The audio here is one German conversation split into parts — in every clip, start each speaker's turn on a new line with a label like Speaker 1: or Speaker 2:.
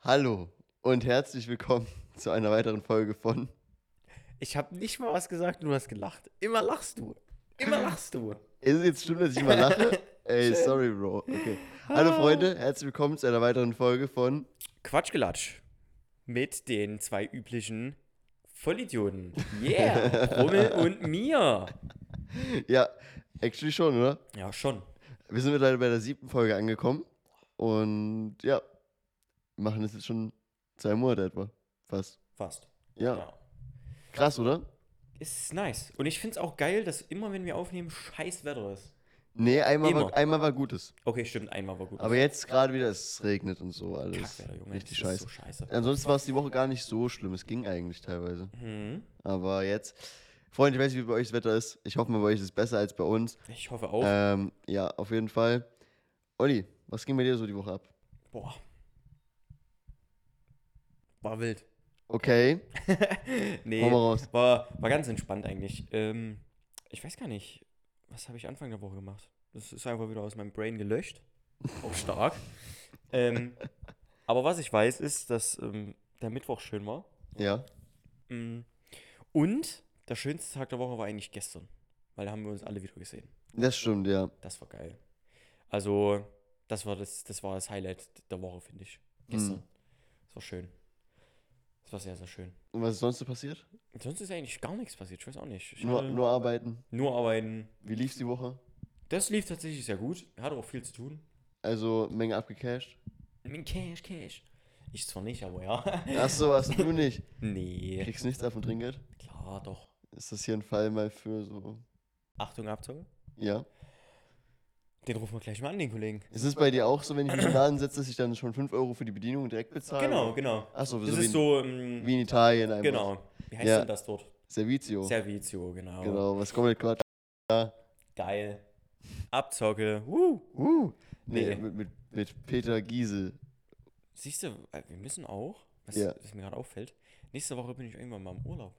Speaker 1: Hallo und herzlich willkommen zu einer weiteren Folge von
Speaker 2: Ich habe nicht mal was gesagt, du hast gelacht. Immer lachst du. Immer lachst du.
Speaker 1: Ist jetzt schlimm, dass ich immer lache? Ey, sorry, Bro.
Speaker 2: Ah.
Speaker 1: Okay. Hallo Freunde, herzlich willkommen zu einer weiteren Folge von
Speaker 2: Quatschgelatsch. Mit den zwei üblichen Vollidioten. Yeah, Rummel und mir.
Speaker 1: Ja, actually schon, oder?
Speaker 2: Ja, schon.
Speaker 1: Wir sind mittlerweile bei der siebten Folge angekommen und ja, machen das jetzt schon zwei Monate etwa. Fast.
Speaker 2: Fast.
Speaker 1: Ja, krass, oder?
Speaker 2: Ist nice. Und ich find's auch geil, dass immer, wenn wir aufnehmen, scheiß Wetter ist.
Speaker 1: Nee, einmal, war,
Speaker 2: Immer.
Speaker 1: einmal war Gutes.
Speaker 2: Okay, stimmt, einmal war gut.
Speaker 1: Aber jetzt gerade wieder, es regnet und so alles.
Speaker 2: Kackwetter, Junge.
Speaker 1: Richtig
Speaker 2: das ist
Speaker 1: scheiße.
Speaker 2: so scheiße.
Speaker 1: Ansonsten war es die Woche gar nicht so schlimm. Es ging eigentlich teilweise.
Speaker 2: Hm.
Speaker 1: Aber jetzt, Freunde, ich weiß nicht, wie bei euch das Wetter ist. Ich hoffe mal, bei euch ist es besser als bei uns.
Speaker 2: Ich hoffe auch.
Speaker 1: Ähm, ja, auf jeden Fall. Olli, was ging bei dir so die Woche ab?
Speaker 2: Boah. War wild.
Speaker 1: Okay,
Speaker 2: Nee.
Speaker 1: hau
Speaker 2: Äh.
Speaker 1: mal raus.
Speaker 2: War, war ganz entspannt eigentlich. Ähm, ich weiß gar nicht, was habe ich Anfang der Woche gemacht? Das ist einfach wieder aus meinem Brain gelöscht.
Speaker 1: Oh,
Speaker 2: Auch stark. ähm, aber was ich weiß, ist, dass ähm, der Mittwoch schön war.
Speaker 1: Ja,
Speaker 2: Mm. Und der schönste Tag der Woche war eigentlich gestern. Weil da haben wir uns alle wieder gesehen.
Speaker 1: das stimmt, ja.
Speaker 2: Das war geil. Also, das war das, das, war das Highlight der Woche, finde ich. Gestern.
Speaker 1: Mhm.
Speaker 2: Das war schön. Das war sehr, sehr schön.
Speaker 1: Und was ist sonst so passiert?
Speaker 2: Sonst ist eigentlich gar nichts passiert. Ich weiß auch nicht. Ich
Speaker 1: Nur,
Speaker 2: hatte-
Speaker 1: nur arbeiten.
Speaker 2: nur arbeiten.
Speaker 1: Wie lief's die Woche?
Speaker 2: Das lief tatsächlich sehr gut. Er hatte auch viel zu tun.
Speaker 1: Also, Menge abgecashed?
Speaker 2: Mit Cash, Cash. Ich zwar nicht, aber ja.
Speaker 1: Achso, hast du nicht.
Speaker 2: Nee.
Speaker 1: Kriegst nichts davon Trinkgeld?
Speaker 2: Klar, doch.
Speaker 1: Ist das hier ein Fall mal für so.
Speaker 2: Achtung, Abzug.
Speaker 1: Ja.
Speaker 2: Den rufen wir gleich mal an, den Kollegen.
Speaker 1: Ist es bei dir auch so, wenn ich mich in den Laden setze, dass ich dann schon 5 Euro für die Bedienung direkt bezahle?
Speaker 2: Genau, genau.
Speaker 1: Achso, so,
Speaker 2: Das
Speaker 1: wie,
Speaker 2: ist
Speaker 1: in-
Speaker 2: so, ähm,
Speaker 1: wie in Italien einfach.
Speaker 2: genau. Wie heißt
Speaker 1: Ja.
Speaker 2: denn das dort?
Speaker 1: Servizio.
Speaker 2: Servizio, genau.
Speaker 1: Genau, was komplett Quatsch.
Speaker 2: Geil. Abzocke. Woo.
Speaker 1: Uh, nee,
Speaker 2: Nee.
Speaker 1: Mit, mit, mit Peter Giesel.
Speaker 2: Siehst du, äh, wir müssen auch, was,
Speaker 1: Ja.
Speaker 2: was mir gerade auffällt, nächste Woche bin ich irgendwann mal im Urlaub.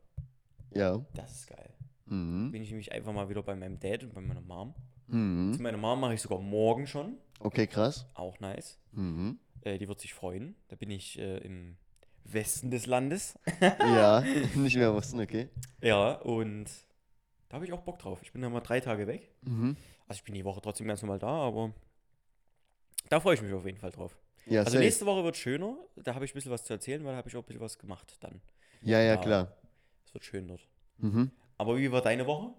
Speaker 1: Ja.
Speaker 2: Das ist geil.
Speaker 1: Mhm.
Speaker 2: Bin ich nämlich einfach mal wieder bei meinem Dad und bei meiner Mom. Zu
Speaker 1: Mhm.
Speaker 2: meiner Mom mache ich sogar morgen schon.
Speaker 1: Okay, krass.
Speaker 2: Auch nice.
Speaker 1: Mhm.
Speaker 2: Äh, die wird sich freuen. Da bin ich äh, im Westen des Landes.
Speaker 1: Ja, nicht mehr wussten, okay.
Speaker 2: Ja, und da habe ich auch Bock drauf. Ich bin da mal drei Tage weg.
Speaker 1: Mhm.
Speaker 2: Also ich bin die Woche trotzdem ganz normal da, aber da freue ich mich auf jeden Fall drauf.
Speaker 1: Ja,
Speaker 2: Also
Speaker 1: safe.
Speaker 2: nächste Woche wird schöner. Da habe ich ein bisschen was zu erzählen, weil da habe ich auch ein bisschen was gemacht dann.
Speaker 1: ja, ja,
Speaker 2: Ja.
Speaker 1: klar.
Speaker 2: Es wird schön dort.
Speaker 1: Mhm.
Speaker 2: Aber wie war deine Woche?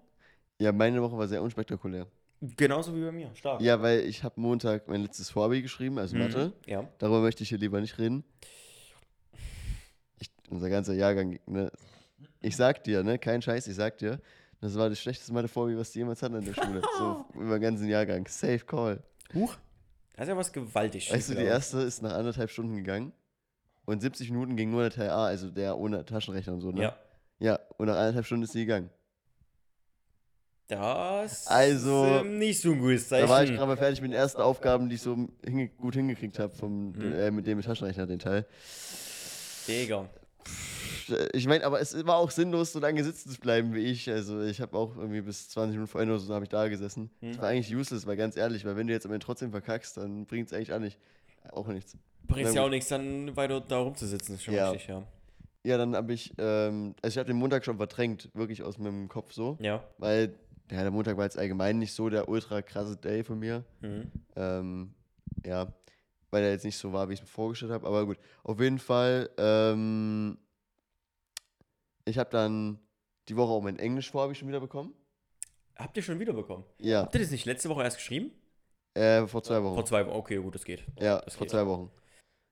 Speaker 1: Ja, meine Woche war sehr unspektakulär.
Speaker 2: Genauso wie bei mir. Stark.
Speaker 1: Ja, weil ich habe Montag mein letztes Vorhabi geschrieben, also
Speaker 2: Mhm.
Speaker 1: Mathe.
Speaker 2: Ja.
Speaker 1: Darüber möchte ich hier lieber nicht reden. Ich, unser ganzer Jahrgang, ne? Ich sag dir, ne? Kein Scheiß, ich sag dir, das war das schlechteste Mathe-Vorhabi, was die jemals hatten in der Schule. so über den ganzen Jahrgang. Safe call.
Speaker 2: Huch. Das ist ja was gewaltig.
Speaker 1: Weißt du, Also, die
Speaker 2: gelaufen.
Speaker 1: erste ist nach anderthalb Stunden gegangen und 70 Minuten ging nur der Teil A, also der ohne Taschenrechner und so, ne?
Speaker 2: Ja.
Speaker 1: Ja, und nach anderthalb Stunden ist sie gegangen.
Speaker 2: Das
Speaker 1: Also,
Speaker 2: ist ähm, nicht so ein gutes Zeichen.
Speaker 1: Da war ich gerade mal fertig mit den ersten Aufgaben, die ich so hinge gut hingekriegt habe, vom
Speaker 2: Mhm.
Speaker 1: äh, mit dem Taschenrechner, den Teil.
Speaker 2: Digga.
Speaker 1: Ich meine, aber es war auch sinnlos, so lange sitzen zu bleiben wie ich. Also ich habe auch irgendwie bis 20 Minuten vor Ende oder so habe ich da gesessen. Das
Speaker 2: Mhm.
Speaker 1: war eigentlich useless, weil ganz ehrlich, weil wenn du jetzt am Ende trotzdem verkackst, dann bringt es eigentlich auch nicht. Auch nichts.
Speaker 2: Bringt
Speaker 1: Na
Speaker 2: ja
Speaker 1: gut.
Speaker 2: auch nichts, dann weiter da rumzusitzen, ist schon
Speaker 1: Ja.
Speaker 2: richtig, ja.
Speaker 1: Ja, dann habe ich, ähm, also ich habe den Montag schon verdrängt, wirklich aus meinem Kopf so.
Speaker 2: Ja.
Speaker 1: Weil ja, der Montag war jetzt allgemein nicht so der ultra krasse Day von mir.
Speaker 2: Mhm.
Speaker 1: Ähm, ja, weil er jetzt nicht so war, wie ich es mir vorgestellt habe. Aber gut, auf jeden Fall, ähm, ich habe dann die Woche auch mein Englisch vor, habe ich schon wieder bekommen.
Speaker 2: Habt ihr schon wieder bekommen?
Speaker 1: Ja,
Speaker 2: Habt ihr das nicht letzte Woche erst geschrieben?
Speaker 1: äh, vor zwei Wochen.
Speaker 2: Vor zwei Wochen. Okay, gut, das geht.
Speaker 1: ja,
Speaker 2: das
Speaker 1: vor
Speaker 2: geht.
Speaker 1: zwei Wochen.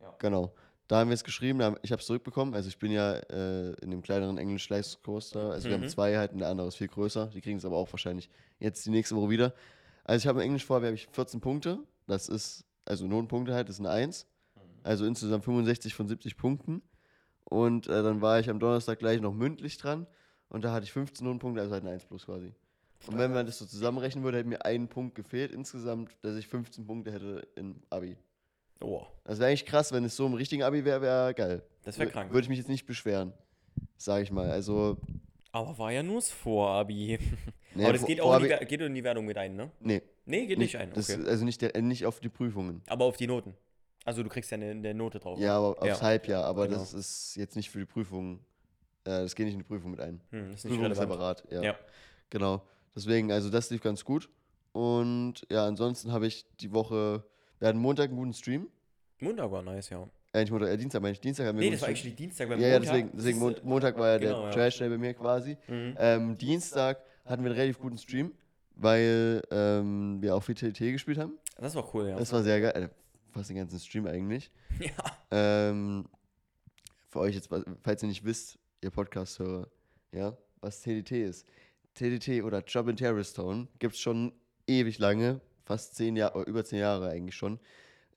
Speaker 2: Ja.
Speaker 1: Genau. Da haben wir es geschrieben, da haben, ich habe es zurückbekommen. Also ich bin ja äh, in dem kleineren Englisch-Leistungskurs da. Also wir haben
Speaker 2: Mhm.
Speaker 1: zwei halt und der andere ist viel größer. Die kriegen es aber auch wahrscheinlich jetzt die nächste Woche wieder. Also ich habe im Englisch vorher habe ich 14 Punkte. Das ist, also Notenpunkte halt, das ist eine 1.
Speaker 2: Mhm.
Speaker 1: Also insgesamt 65 von 70 Punkten. Und äh, dann war ich am Donnerstag gleich noch mündlich dran. Und da hatte ich 15 Notenpunkte, also halt eine 1 plus quasi. Und wenn man das so zusammenrechnen würde, hätte mir ein Punkt gefehlt insgesamt, dass ich 15 Punkte hätte im Abi.
Speaker 2: Oh,
Speaker 1: Das wäre eigentlich krass, wenn es so im richtigen Abi wäre, wäre geil.
Speaker 2: das wäre krank.
Speaker 1: Würde ich mich jetzt nicht beschweren, sage ich mal. Also,
Speaker 2: Aber war ja nur das Vorabi.
Speaker 1: nee,
Speaker 2: Aber das
Speaker 1: vor-
Speaker 2: geht
Speaker 1: vor
Speaker 2: auch in die,
Speaker 1: Abi-
Speaker 2: Wer- geht in die Wertung mit ein, ne?
Speaker 1: Nee,
Speaker 2: Nee, geht nicht, ein.
Speaker 1: Das,
Speaker 2: Okay.
Speaker 1: also nicht, der, nicht auf die Prüfungen.
Speaker 2: Aber auf die Noten. Also du kriegst ja eine, eine Note drauf.
Speaker 1: Ja, aber aufs
Speaker 2: Oh. Ja.
Speaker 1: Halbjahr, aber
Speaker 2: Genau.
Speaker 1: das ist jetzt nicht für die Prüfung. Äh, das geht nicht in die Prüfung mit ein.
Speaker 2: Hm, ist nicht
Speaker 1: Prüfung ist
Speaker 2: relevant.
Speaker 1: separat, ja.
Speaker 2: Ja.
Speaker 1: Genau. Deswegen, also das lief ganz gut. Und ja, ansonsten habe ich die Woche, wir hatten Montag einen guten Stream.
Speaker 2: Montag war nice, ja.
Speaker 1: Äh, nicht Montag, äh, Dienstag meine ich. Dienstag haben wir
Speaker 2: Nee,
Speaker 1: einen
Speaker 2: das war
Speaker 1: guten Stream.
Speaker 2: eigentlich Dienstag beim
Speaker 1: Ja, ja,
Speaker 2: Montag.
Speaker 1: deswegen, deswegen
Speaker 2: Das ist,
Speaker 1: Mon Montag war ja
Speaker 2: genau, ja.
Speaker 1: der Trash-Day bei mir quasi.
Speaker 2: äh, mhm.
Speaker 1: Ähm, Dienstag hatten wir einen relativ guten Stream, weil ähm, wir auch viel TT gespielt haben.
Speaker 2: Das war cool, ja.
Speaker 1: Das war sehr geil. Alter, Fast den ganzen Stream eigentlich.
Speaker 2: ja.
Speaker 1: Ähm, für euch jetzt, falls ihr nicht wisst, ihr Podcast-Hörer, ja, was TDT ist. TDT oder Job in Terrorist Town gibt es schon ewig lange, fast zehn Jahre, über zehn Jahre eigentlich schon.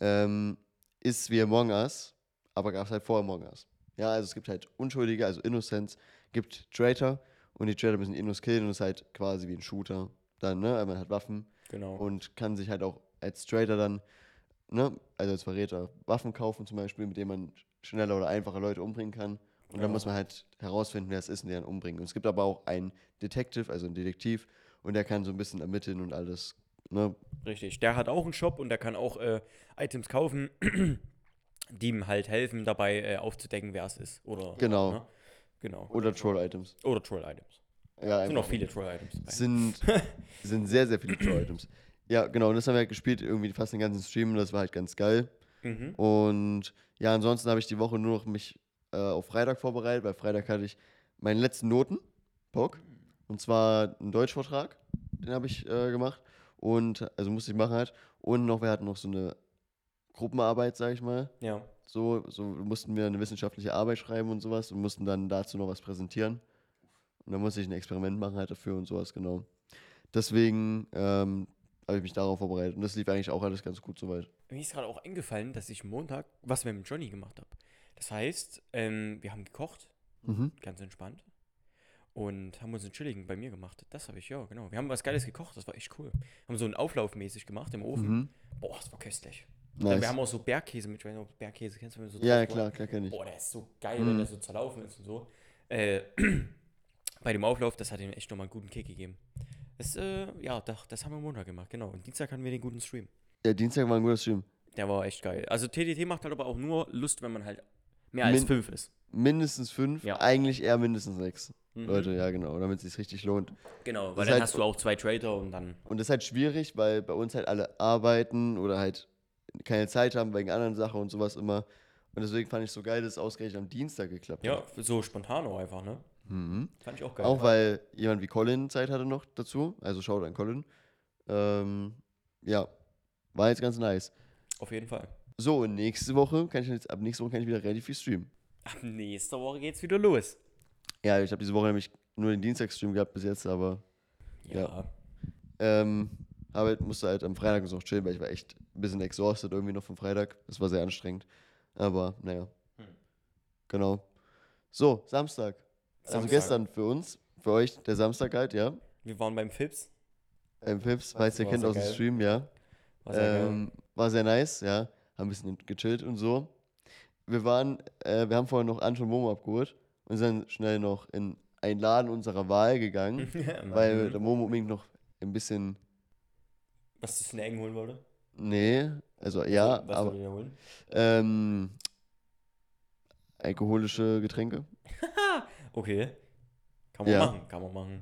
Speaker 1: Ähm, ist wie Among Us, aber gab es halt vor Among Us. Ja, also es gibt halt Unschuldige, also Innocents, gibt Traitor und die Traitor müssen Innos killen und ist halt quasi wie ein Shooter. Dann, ne, man hat Waffen
Speaker 2: Genau.
Speaker 1: und kann sich halt auch als Trader dann, ne, also als Verräter, Waffen kaufen zum Beispiel, mit denen man schneller oder einfacher Leute umbringen kann. Und dann
Speaker 2: Ja.
Speaker 1: muss man halt herausfinden, wer es ist und den dann umbringen. Und es gibt aber auch einen Detective, also einen Detektiv, und der kann so ein bisschen ermitteln und alles. Ne?
Speaker 2: Richtig. Der hat auch einen Shop und der kann auch äh, Items kaufen, die ihm halt helfen, dabei äh, aufzudecken, wer es ist. Oder,
Speaker 1: Genau.
Speaker 2: Ne? Genau.
Speaker 1: Oder Troll-Items.
Speaker 2: Oder Troll-Items.
Speaker 1: Ja,
Speaker 2: Es sind
Speaker 1: einfach-
Speaker 2: auch viele Troll-Items dabei.
Speaker 1: Sind, sind sehr, sehr viele Troll-Items. Ja, genau. Und das haben wir halt gespielt, irgendwie fast den ganzen Stream. und Das war halt ganz geil.
Speaker 2: Mhm.
Speaker 1: Und ja, ansonsten habe ich die Woche nur noch mich äh, auf Freitag vorbereitet, weil Freitag hatte ich meinen letzten Noten, Bock. Und zwar einen Deutschvortrag, den habe ich äh, gemacht. Und, also musste ich machen halt. Und noch, wir hatten noch so eine Gruppenarbeit, sage ich mal.
Speaker 2: Ja.
Speaker 1: So, so mussten wir eine wissenschaftliche Arbeit schreiben und sowas und mussten dann dazu noch was präsentieren. Und dann musste ich ein Experiment machen halt dafür und sowas, genau. Deswegen ähm, habe ich mich darauf vorbereitet. Und das lief eigentlich auch alles ganz gut soweit.
Speaker 2: Mir ist gerade auch eingefallen, dass ich Montag was mit dem Johnny gemacht habe. Das heißt, ähm, wir haben gekocht,
Speaker 1: Mhm.
Speaker 2: ganz entspannt. Und haben uns einen chilligen bei mir gemacht. Das habe ich, ja, genau. Wir haben was Geiles gekocht, das war echt cool. Haben so einen Auflauf mäßig gemacht im Ofen.
Speaker 1: Mhm.
Speaker 2: Boah, das war köstlich.
Speaker 1: Nice.
Speaker 2: Wir haben auch so Bergkäse mit, ich weiß nicht, ob du Bergkäse kennst, wenn du so
Speaker 1: Ja, ja,
Speaker 2: drauf-
Speaker 1: klar, klar kenne ich.
Speaker 2: Boah, der ist so geil,
Speaker 1: Hm.
Speaker 2: wenn der so zerlaufen ist und so. Äh, bei dem Auflauf, das hat ihm echt nochmal einen guten Kick gegeben. Das, äh, ja, das, das haben wir Montag gemacht, genau. Und Dienstag hatten wir den guten Stream.
Speaker 1: Ja, Dienstag war ein guter Stream.
Speaker 2: Der war echt geil. Also TDT macht halt aber auch nur Lust, wenn man halt mehr als
Speaker 1: Min-
Speaker 2: fünf ist.
Speaker 1: Mindestens fünf,
Speaker 2: Ja.
Speaker 1: eigentlich eher mindestens sechs.
Speaker 2: Mhm.
Speaker 1: Leute, ja genau, damit es sich richtig lohnt.
Speaker 2: Genau, weil
Speaker 1: Das
Speaker 2: dann
Speaker 1: heißt-
Speaker 2: hast du auch zwei Trader und dann.
Speaker 1: Und das ist halt schwierig, weil bei uns halt alle arbeiten oder halt keine Zeit haben wegen anderen Sachen und sowas immer. Und deswegen fand ich so geil, dass es ausgerechnet am Dienstag geklappt
Speaker 2: Ja,
Speaker 1: hat.
Speaker 2: so spontan auch einfach, ne?
Speaker 1: Mhm.
Speaker 2: Fand ich auch geil.
Speaker 1: Auch weil jemand wie Colin Zeit hatte noch dazu. Also schaut an Colin. Ähm, ja, war jetzt ganz nice.
Speaker 2: Auf jeden Fall.
Speaker 1: So, und nächste Woche kann ich jetzt, ab nächste Woche kann ich wieder relativ viel streamen.
Speaker 2: Ab nächster Woche geht's wieder los.
Speaker 1: Ja, ich habe diese Woche nämlich nur den Dienstagstream gehabt bis jetzt, aber Ja. Ähm, aber ich musste halt am Freitag noch chillen, weil ich war echt ein bisschen exhausted irgendwie noch vom Freitag. Das war sehr anstrengend. Aber naja.
Speaker 2: Hm.
Speaker 1: Genau. So, Samstag. Also
Speaker 2: Samstag.
Speaker 1: gestern für uns, für euch, der Samstag halt, ja.
Speaker 2: Wir waren beim Fips.
Speaker 1: Ähm, Pips, falls ihr
Speaker 2: war
Speaker 1: kennt
Speaker 2: sehr
Speaker 1: aus dem
Speaker 2: geil.
Speaker 1: Stream, ja.
Speaker 2: War sehr geil.
Speaker 1: Ähm, war sehr nice, ja. Haben ein bisschen gechillt und so. Wir waren, äh, wir haben vorher noch Anton Momo abgeholt und sind dann schnell noch in einen Laden unserer Wahl gegangen,
Speaker 2: Mhm.
Speaker 1: weil der Momo unbedingt noch ein bisschen,
Speaker 2: Was du snacken holen wollte?
Speaker 1: nee, also ja,
Speaker 2: Was
Speaker 1: aber
Speaker 2: wollte der holen?
Speaker 1: Ähm, alkoholische Getränke.
Speaker 2: Okay. Kann man
Speaker 1: Ja.
Speaker 2: machen, kann man machen.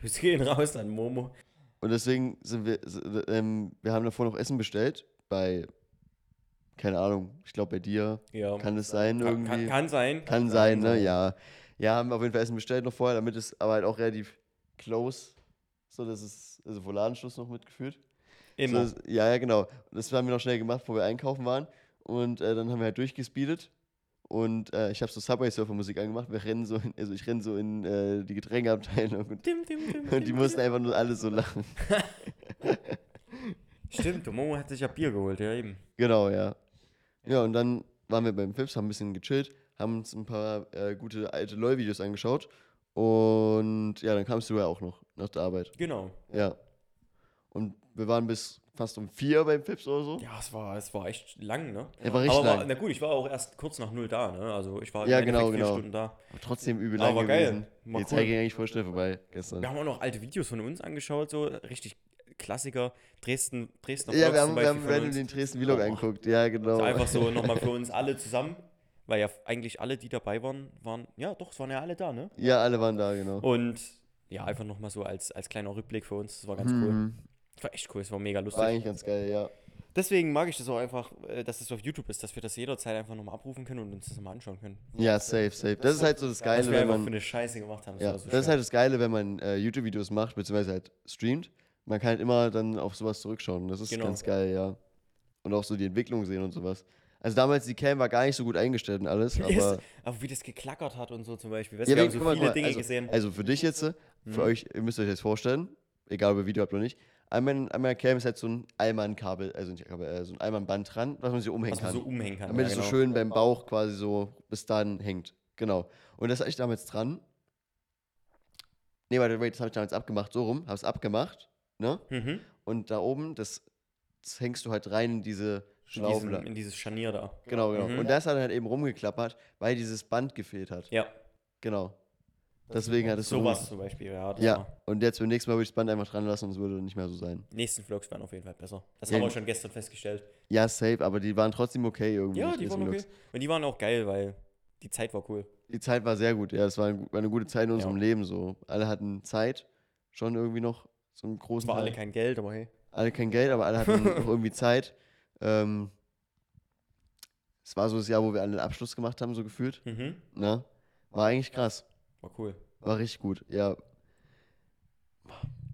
Speaker 2: Grüße gehen raus an Momo.
Speaker 1: Und deswegen sind wir, s- ähm, wir haben davor noch Essen bestellt bei, keine Ahnung, ich glaube bei dir.
Speaker 2: Ja.
Speaker 1: Kann es sein
Speaker 2: Kann,
Speaker 1: irgendwie?
Speaker 2: kann,
Speaker 1: Kann,
Speaker 2: kann sein.
Speaker 1: sein, ne? Ja. Ja, haben wir auf jeden Fall Essen bestellt noch vorher, damit es aber halt auch relativ close, so dass es, also vor Ladenschluss noch mitgeführt.
Speaker 2: Immer.
Speaker 1: So, dass- ja, ja, genau. Das haben wir noch schnell gemacht, wo wir einkaufen waren. Und äh, dann haben wir halt durchgespeedet. Und äh, ich habe so Subway-Surfer-Musik angemacht. Wir rennen so in, also ich renne so in äh, die Getränkeabteilung und
Speaker 2: Dim, dim, dim,
Speaker 1: Und die
Speaker 2: dim,
Speaker 1: mussten
Speaker 2: dim.
Speaker 1: einfach nur alle so lachen.
Speaker 2: Stimmt, der Momo hat sich ja Bier geholt, ja eben.
Speaker 1: Genau, ja. Ja, und dann waren wir beim Fips, haben ein bisschen gechillt, haben uns ein paar äh, gute alte LOL-Videos angeschaut. Und ja, dann kamst du ja auch noch nach der Arbeit.
Speaker 2: Genau.
Speaker 1: Ja. Und wir waren bis fast um vier beim Fips oder so.
Speaker 2: Ja, es war, es war echt lang, ne?
Speaker 1: Er war richtig
Speaker 2: aber War,
Speaker 1: lang.
Speaker 2: na gut, ich war auch erst kurz nach null da, ne? Also ich war im
Speaker 1: Ja,
Speaker 2: Endeffekt
Speaker 1: genau,
Speaker 2: vier
Speaker 1: genau.
Speaker 2: Stunden da.
Speaker 1: Aber trotzdem übel lang
Speaker 2: Aber geil.
Speaker 1: gewesen.
Speaker 2: Mal
Speaker 1: Die
Speaker 2: cool.
Speaker 1: Zeit ging eigentlich voll schnell vorbei gestern.
Speaker 2: Wir haben auch noch alte Videos von uns angeschaut, so richtig Klassiker. Dresden, Dresdner
Speaker 1: Ja,
Speaker 2: Vlog
Speaker 1: wir haben,
Speaker 2: zum
Speaker 1: wir
Speaker 2: Beispiel
Speaker 1: haben
Speaker 2: von
Speaker 1: random
Speaker 2: uns.
Speaker 1: den Dresden-Vlog
Speaker 2: Oh.
Speaker 1: angeguckt. Ja, genau.
Speaker 2: Also einfach so nochmal für uns alle zusammen, weil ja eigentlich alle, die dabei waren, waren, ja doch, es waren ja alle da, ne?
Speaker 1: Ja, alle waren da, genau.
Speaker 2: Und ja, einfach nochmal so als, als kleiner Rückblick für uns. Das war ganz cool.
Speaker 1: Mhm.
Speaker 2: Das war echt cool, es war mega lustig.
Speaker 1: War eigentlich ganz geil, ja.
Speaker 2: Deswegen mag ich das auch einfach, äh, dass es auf YouTube ist, dass wir das jederzeit einfach nochmal abrufen können und uns das nochmal anschauen können.
Speaker 1: Ja, safe, safe. Das ist halt so das Geile,
Speaker 2: Was wir
Speaker 1: wenn
Speaker 2: einfach für
Speaker 1: man.
Speaker 2: eine Scheiße gemacht haben.
Speaker 1: Ja,
Speaker 2: war
Speaker 1: das
Speaker 2: so
Speaker 1: ist
Speaker 2: schön.
Speaker 1: halt das Geile, wenn man äh, YouTube-Videos macht, beziehungsweise halt streamt. Man kann halt immer dann auf sowas zurückschauen. Das ist
Speaker 2: Genau.
Speaker 1: ganz geil, ja. Und auch so die Entwicklung sehen und sowas. Also damals, die Cam war gar nicht so gut eingestellt und alles, halt aber.
Speaker 2: Yes, aber wie das geklackert hat und so zum Beispiel. Weißt, du,
Speaker 1: Ja,
Speaker 2: wir haben
Speaker 1: wegen-
Speaker 2: so
Speaker 1: guck mal,
Speaker 2: viele
Speaker 1: guck mal,
Speaker 2: Dinge
Speaker 1: also,
Speaker 2: gesehen. Mhm.
Speaker 1: Also für dich jetzt, für euch, ihr müsst euch das vorstellen, egal ob ihr Video habt oder nicht. An meinem an meiner Cam ist halt so ein Eimer-Kabel, also nicht Kabel, äh, so ein Eimer-Band dran, was man sich umhängen
Speaker 2: was man
Speaker 1: kann.
Speaker 2: so umhängen kann.
Speaker 1: damit
Speaker 2: ja,
Speaker 1: es so
Speaker 2: genau.
Speaker 1: schön beim Bauch quasi so bis dann hängt. Genau. Und das hatte ich damals dran. Nee, by the way, das habe ich damals abgemacht, so rum, habe es abgemacht, ne?
Speaker 2: Mhm.
Speaker 1: Und da oben, das, das hängst du halt rein in diese
Speaker 2: In, diesem,
Speaker 1: Schlaufen. da.
Speaker 2: in dieses Scharnier da.
Speaker 1: Genau, genau.
Speaker 2: Mhm.
Speaker 1: Und das hat halt eben rumgeklappert, weil dieses Band gefehlt hat.
Speaker 2: Ja,
Speaker 1: Genau. Deswegen hat es so
Speaker 2: sowas zum Beispiel. Ja, das
Speaker 1: ja,
Speaker 2: war-
Speaker 1: und jetzt beim nächsten Mal würde ich das Band einfach dran lassen und es würde nicht mehr so sein.
Speaker 2: Nächsten Vlogs werden auf jeden Fall besser. Das
Speaker 1: Ja,
Speaker 2: haben wir
Speaker 1: die-
Speaker 2: schon gestern festgestellt.
Speaker 1: Ja, safe, aber die waren trotzdem okay irgendwie.
Speaker 2: Ja,
Speaker 1: Mhm, mit
Speaker 2: die
Speaker 1: diesen
Speaker 2: waren okay.
Speaker 1: Looks.
Speaker 2: Und die waren auch geil, weil die Zeit war cool.
Speaker 1: Die Zeit war sehr gut, ja, das war eine, gu- war eine gute Zeit in unserem
Speaker 2: Ja.
Speaker 1: Leben so. Alle hatten Zeit, schon irgendwie noch so einen
Speaker 2: Es
Speaker 1: großen
Speaker 2: war alle
Speaker 1: Teil.
Speaker 2: kein Geld, aber hey.
Speaker 1: alle kein Geld, aber alle hatten noch irgendwie Zeit. Ähm, es war so das Jahr, wo wir alle den Abschluss gemacht haben, so gefühlt.
Speaker 2: Mhm.
Speaker 1: Ne? War eigentlich krass.
Speaker 2: War cool.
Speaker 1: War richtig gut, ja.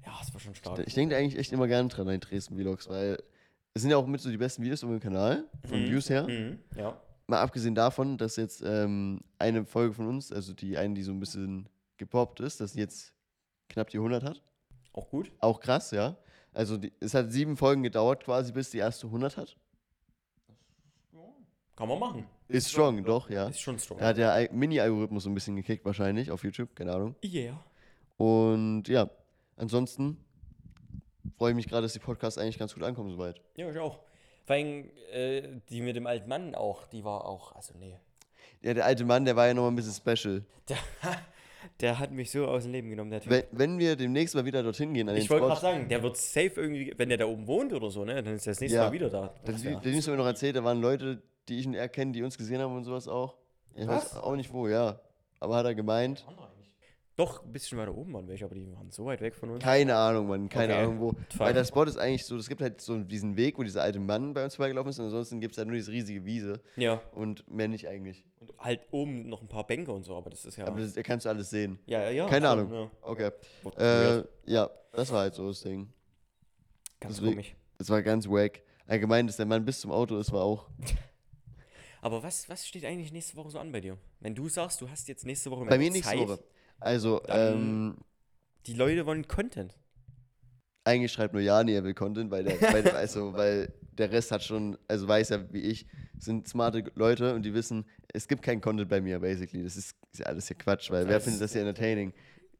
Speaker 2: Ja, es war schon stark.
Speaker 1: Ich denke eigentlich echt immer gerne dran an die Dresden-Vlogs, weil es sind ja auch mit so die besten Videos auf meinem Kanal, von
Speaker 2: Mhm.
Speaker 1: Views her.
Speaker 2: Mhm. Ja.
Speaker 1: mal abgesehen davon, dass jetzt ähm, eine Folge von uns, also die eine, die so ein bisschen gepoppt ist, dass die jetzt knapp die 100 hat.
Speaker 2: Auch gut.
Speaker 1: Auch krass, ja. Also die, es hat sieben Folgen gedauert quasi, bis die erste 100 hat.
Speaker 2: Kann man machen.
Speaker 1: Ist strong, doch, ja.
Speaker 2: Ist schon strong.
Speaker 1: Da hat der Al- Mini-Algorithmus so ein bisschen gekickt wahrscheinlich auf YouTube, keine Ahnung.
Speaker 2: Yeah.
Speaker 1: Und ja, ansonsten freue ich mich gerade, dass die Podcasts eigentlich ganz gut ankommen soweit.
Speaker 2: Ja, ich auch. Vor allem, äh, die mit dem alten Mann auch, die war auch, also nee.
Speaker 1: Ja, der alte Mann, der war ja nochmal ein bisschen special.
Speaker 2: Der, der hat mich so aus dem Leben genommen, der Typ.
Speaker 1: Wenn, wenn wir demnächst mal wieder dorthin gehen an den
Speaker 2: ich wollte
Speaker 1: Spot,
Speaker 2: gerade sagen, der wird safe irgendwie, wenn der da oben wohnt oder so, ne, dann ist er das nächste
Speaker 1: Ja.
Speaker 2: Mal wieder da.
Speaker 1: Das,
Speaker 2: ja.
Speaker 1: das hast du mir noch erzählt, da waren Leute, die ich und er kennen, die uns gesehen haben und sowas auch. Ich weiß
Speaker 2: Was?
Speaker 1: auch nicht wo, ja. Aber hat er gemeint?
Speaker 2: Doch, ein bisschen weiter oben waren welche, aber die waren so weit weg von uns.
Speaker 1: Keine Ahnung, Mann, keine
Speaker 2: Okay.
Speaker 1: Ahnung wo.
Speaker 2: Fuck.
Speaker 1: Weil der Spot ist eigentlich so, es gibt halt so diesen Weg, wo dieser alte Mann bei uns vorbeigelaufen ist und ansonsten gibt es halt nur diese riesige Wiese
Speaker 2: Ja.
Speaker 1: und mehr nicht eigentlich.
Speaker 2: Und halt oben noch ein paar Bänke und so, aber das ist ja.
Speaker 1: Aber das, da kannst du alles sehen.
Speaker 2: ja, ja, ja.
Speaker 1: Keine
Speaker 2: schon,
Speaker 1: Ahnung.
Speaker 2: Ja.
Speaker 1: Okay.
Speaker 2: Wurde
Speaker 1: Äh,
Speaker 2: weird.
Speaker 1: ja, das war halt so das Ding.
Speaker 2: Ganz
Speaker 1: deswegen-
Speaker 2: komisch.
Speaker 1: Das war ganz wack. Allgemein, dass der Mann bis zum Auto ist, war auch.
Speaker 2: Aber was, was steht eigentlich nächste Woche so an bei dir? Wenn du sagst, du hast jetzt nächste Woche
Speaker 1: Bei
Speaker 2: mehr
Speaker 1: mir nächste
Speaker 2: Zeit,
Speaker 1: Woche. Also, ähm,
Speaker 2: Dann- Die Leute wollen Content.
Speaker 1: eigentlich schreibt nur Jani, er will Content, weil der, weil, also, weil der Rest hat schon, also weiß ja wie ich, sind smarte Leute und die wissen, es gibt keinen Content bei mir, basically. Das ist, ist ja alles hier Quatsch, weil wer
Speaker 2: Das-
Speaker 1: findet das hier entertaining?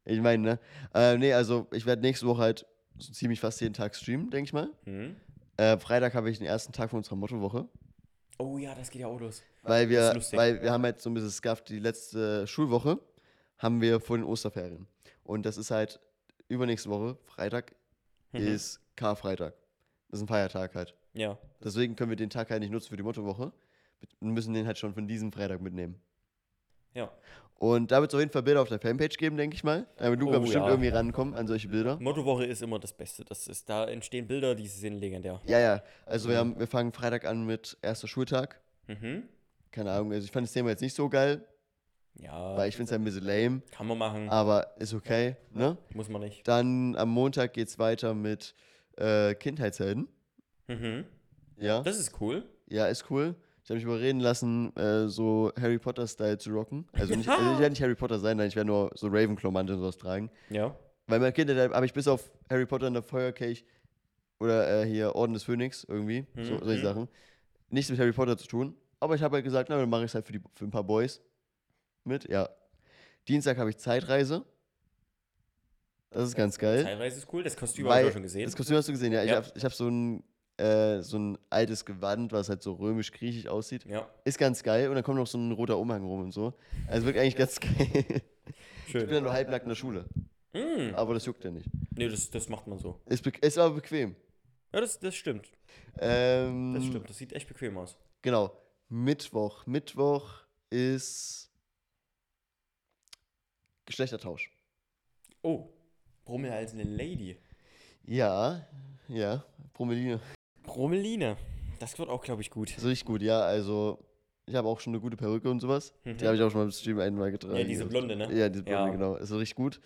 Speaker 1: Ich meine, ne? Äh, nee, also ich werde nächste Woche halt so ziemlich fast jeden Tag streamen, denke ich mal.
Speaker 2: Hm?
Speaker 1: Äh, Freitag habe ich den ersten Tag von unserer Mottowoche,
Speaker 2: Oh ja, das geht ja auch los.
Speaker 1: weil
Speaker 2: Das
Speaker 1: wir,
Speaker 2: ist lustig.
Speaker 1: weil wir haben halt so ein bisschen scuffed, die letzte Schulwoche haben wir vor den Osterferien. Und das ist halt übernächste Woche, Freitag,
Speaker 2: Mhm.
Speaker 1: ist Karfreitag. Das ist ein Feiertag halt.
Speaker 2: Ja.
Speaker 1: Deswegen können wir den Tag halt nicht nutzen für die Mottowoche und müssen den halt schon von diesem Freitag mitnehmen.
Speaker 2: Ja.
Speaker 1: Und da wird es auf jeden Fall Bilder auf der Fanpage geben, denke ich mal. Da wird Luca
Speaker 2: Oh,
Speaker 1: bestimmt
Speaker 2: ja.
Speaker 1: irgendwie rankommen an solche Bilder.
Speaker 2: Mottowoche ist immer das Beste. Das ist, da entstehen Bilder, die sind legendär.
Speaker 1: Ja, ja. Also wir, haben, wir fangen Freitag an mit erster Schultag.
Speaker 2: Mhm.
Speaker 1: Keine Ahnung, also ich fand das Thema jetzt nicht so geil,
Speaker 2: Ja,
Speaker 1: weil ich Ah. finde es ein bisschen lame,
Speaker 2: kann man machen,
Speaker 1: aber ist okay, ne?
Speaker 2: muss man nicht.
Speaker 1: Dann am Montag geht es weiter mit äh, Kindheitshelden.
Speaker 2: Mhm.
Speaker 1: Ja.
Speaker 2: Das ist cool.
Speaker 1: Ja, ist cool. Ich habe mich überreden lassen, äh, so Harry Potter-Style zu rocken. Also, nicht, also ich werde nicht Harry Potter sein, nein, ich werde nur so Ravenclaw-Mantel und sowas tragen.
Speaker 2: Ja.
Speaker 1: Weil mein Kind, da habe ich bis auf Harry Potter und der Feuerkelch oder äh, hier Orden des Phönix irgendwie, so,
Speaker 2: Mhm.
Speaker 1: solche Sachen, nichts mit Harry Potter zu tun. Aber ich habe halt gesagt, na, dann mache ich es halt für, die, für ein paar Boys mit, ja. Dienstag habe ich Zeitreise. Das ist ganz geil.
Speaker 2: Teilweise ist cool. Das Kostüm
Speaker 1: Weil-
Speaker 2: habe ich auch schon gesehen.
Speaker 1: Das Kostüm hast du gesehen, ja. Ich
Speaker 2: Ja.
Speaker 1: habe ich hab so, ein, äh, so ein altes Gewand, was halt so römisch-griechisch aussieht.
Speaker 2: Ja,
Speaker 1: Ist ganz geil. Und dann kommt noch so ein roter Umhang rum und so. Also wirklich eigentlich ganz geil. Ich bin
Speaker 2: schön.
Speaker 1: dann nur halbnackt in der Schule.
Speaker 2: Mm,
Speaker 1: Aber das juckt ja nicht.
Speaker 2: Nee, das, das macht man so.
Speaker 1: Ist, be- ist aber bequem.
Speaker 2: Ja, das, das stimmt.
Speaker 1: Ähm,
Speaker 2: Das stimmt. Das sieht echt bequem aus.
Speaker 1: Genau. Mittwoch. Mittwoch ist Geschlechtertausch.
Speaker 2: Oh, Brummel als eine Lady.
Speaker 1: Ja, ja. Promilline.
Speaker 2: Brummeline. Das wird auch, glaube ich, gut.
Speaker 1: Ist richtig gut, ja. Also, ich habe auch schon eine gute Perücke und sowas.
Speaker 2: Mhm.
Speaker 1: Die habe ich auch schon mal im Stream einmal getragen.
Speaker 2: Ja, diese blonde, ne?
Speaker 1: Ja, diese Blonde,
Speaker 2: Ja.
Speaker 1: genau. Ist richtig gut.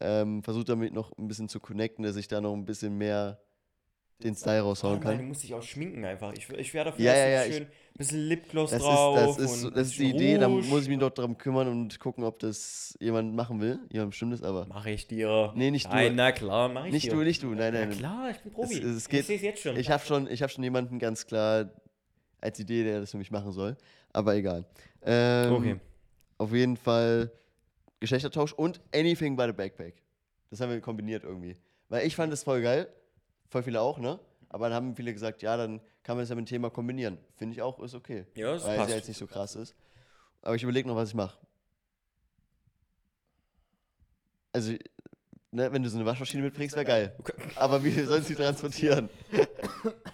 Speaker 1: Ähm, Versucht damit noch ein bisschen zu connecten, dass ich da noch ein bisschen mehr den Style raushauen
Speaker 2: Mann,
Speaker 1: kann.
Speaker 2: du musst dich auch schminken einfach. Ich, ich wäre dafür,
Speaker 1: Ja,
Speaker 2: dass
Speaker 1: ja,
Speaker 2: du
Speaker 1: ja,
Speaker 2: schön ein bisschen Lipgloss
Speaker 1: Das ist,
Speaker 2: drauf
Speaker 1: das ist, so-
Speaker 2: und
Speaker 1: das ist die Idee, da muss ich
Speaker 2: mir
Speaker 1: mich noch drum kümmern und gucken, ob das jemand machen will. Jemand bestimmt ist, aber.
Speaker 2: Mach ich dir.
Speaker 1: Nee, nicht du.
Speaker 2: Nein, na klar, mach ich
Speaker 1: Nicht
Speaker 2: dir.
Speaker 1: du, nicht du, nein, nein.
Speaker 2: Na
Speaker 1: nein.
Speaker 2: klar, ich bin Profi.
Speaker 1: Es- es geht-
Speaker 2: ich sehe es jetzt schon.
Speaker 1: Ich habe schon, ich hab schon jemanden ganz klar als Idee, der das für mich machen soll. Aber egal. Ähm,
Speaker 2: okay.
Speaker 1: Auf jeden Fall Geschlechtertausch und Anything by the Backpack. Das haben wir kombiniert irgendwie. Weil ich fand das voll geil. Voll viele auch, ne? Aber dann haben viele gesagt, ja, dann kann man das ja mit dem Thema kombinieren. Finde ich auch, ist okay.
Speaker 2: Ja, das
Speaker 1: Weil es ja
Speaker 2: passt.
Speaker 1: jetzt nicht so krass ist. Aber ich überlege noch, was ich mache. Also, ne, wenn du so eine Waschmaschine mitbringst, wäre geil.
Speaker 2: Okay.
Speaker 1: Aber wie sollst du die transportieren?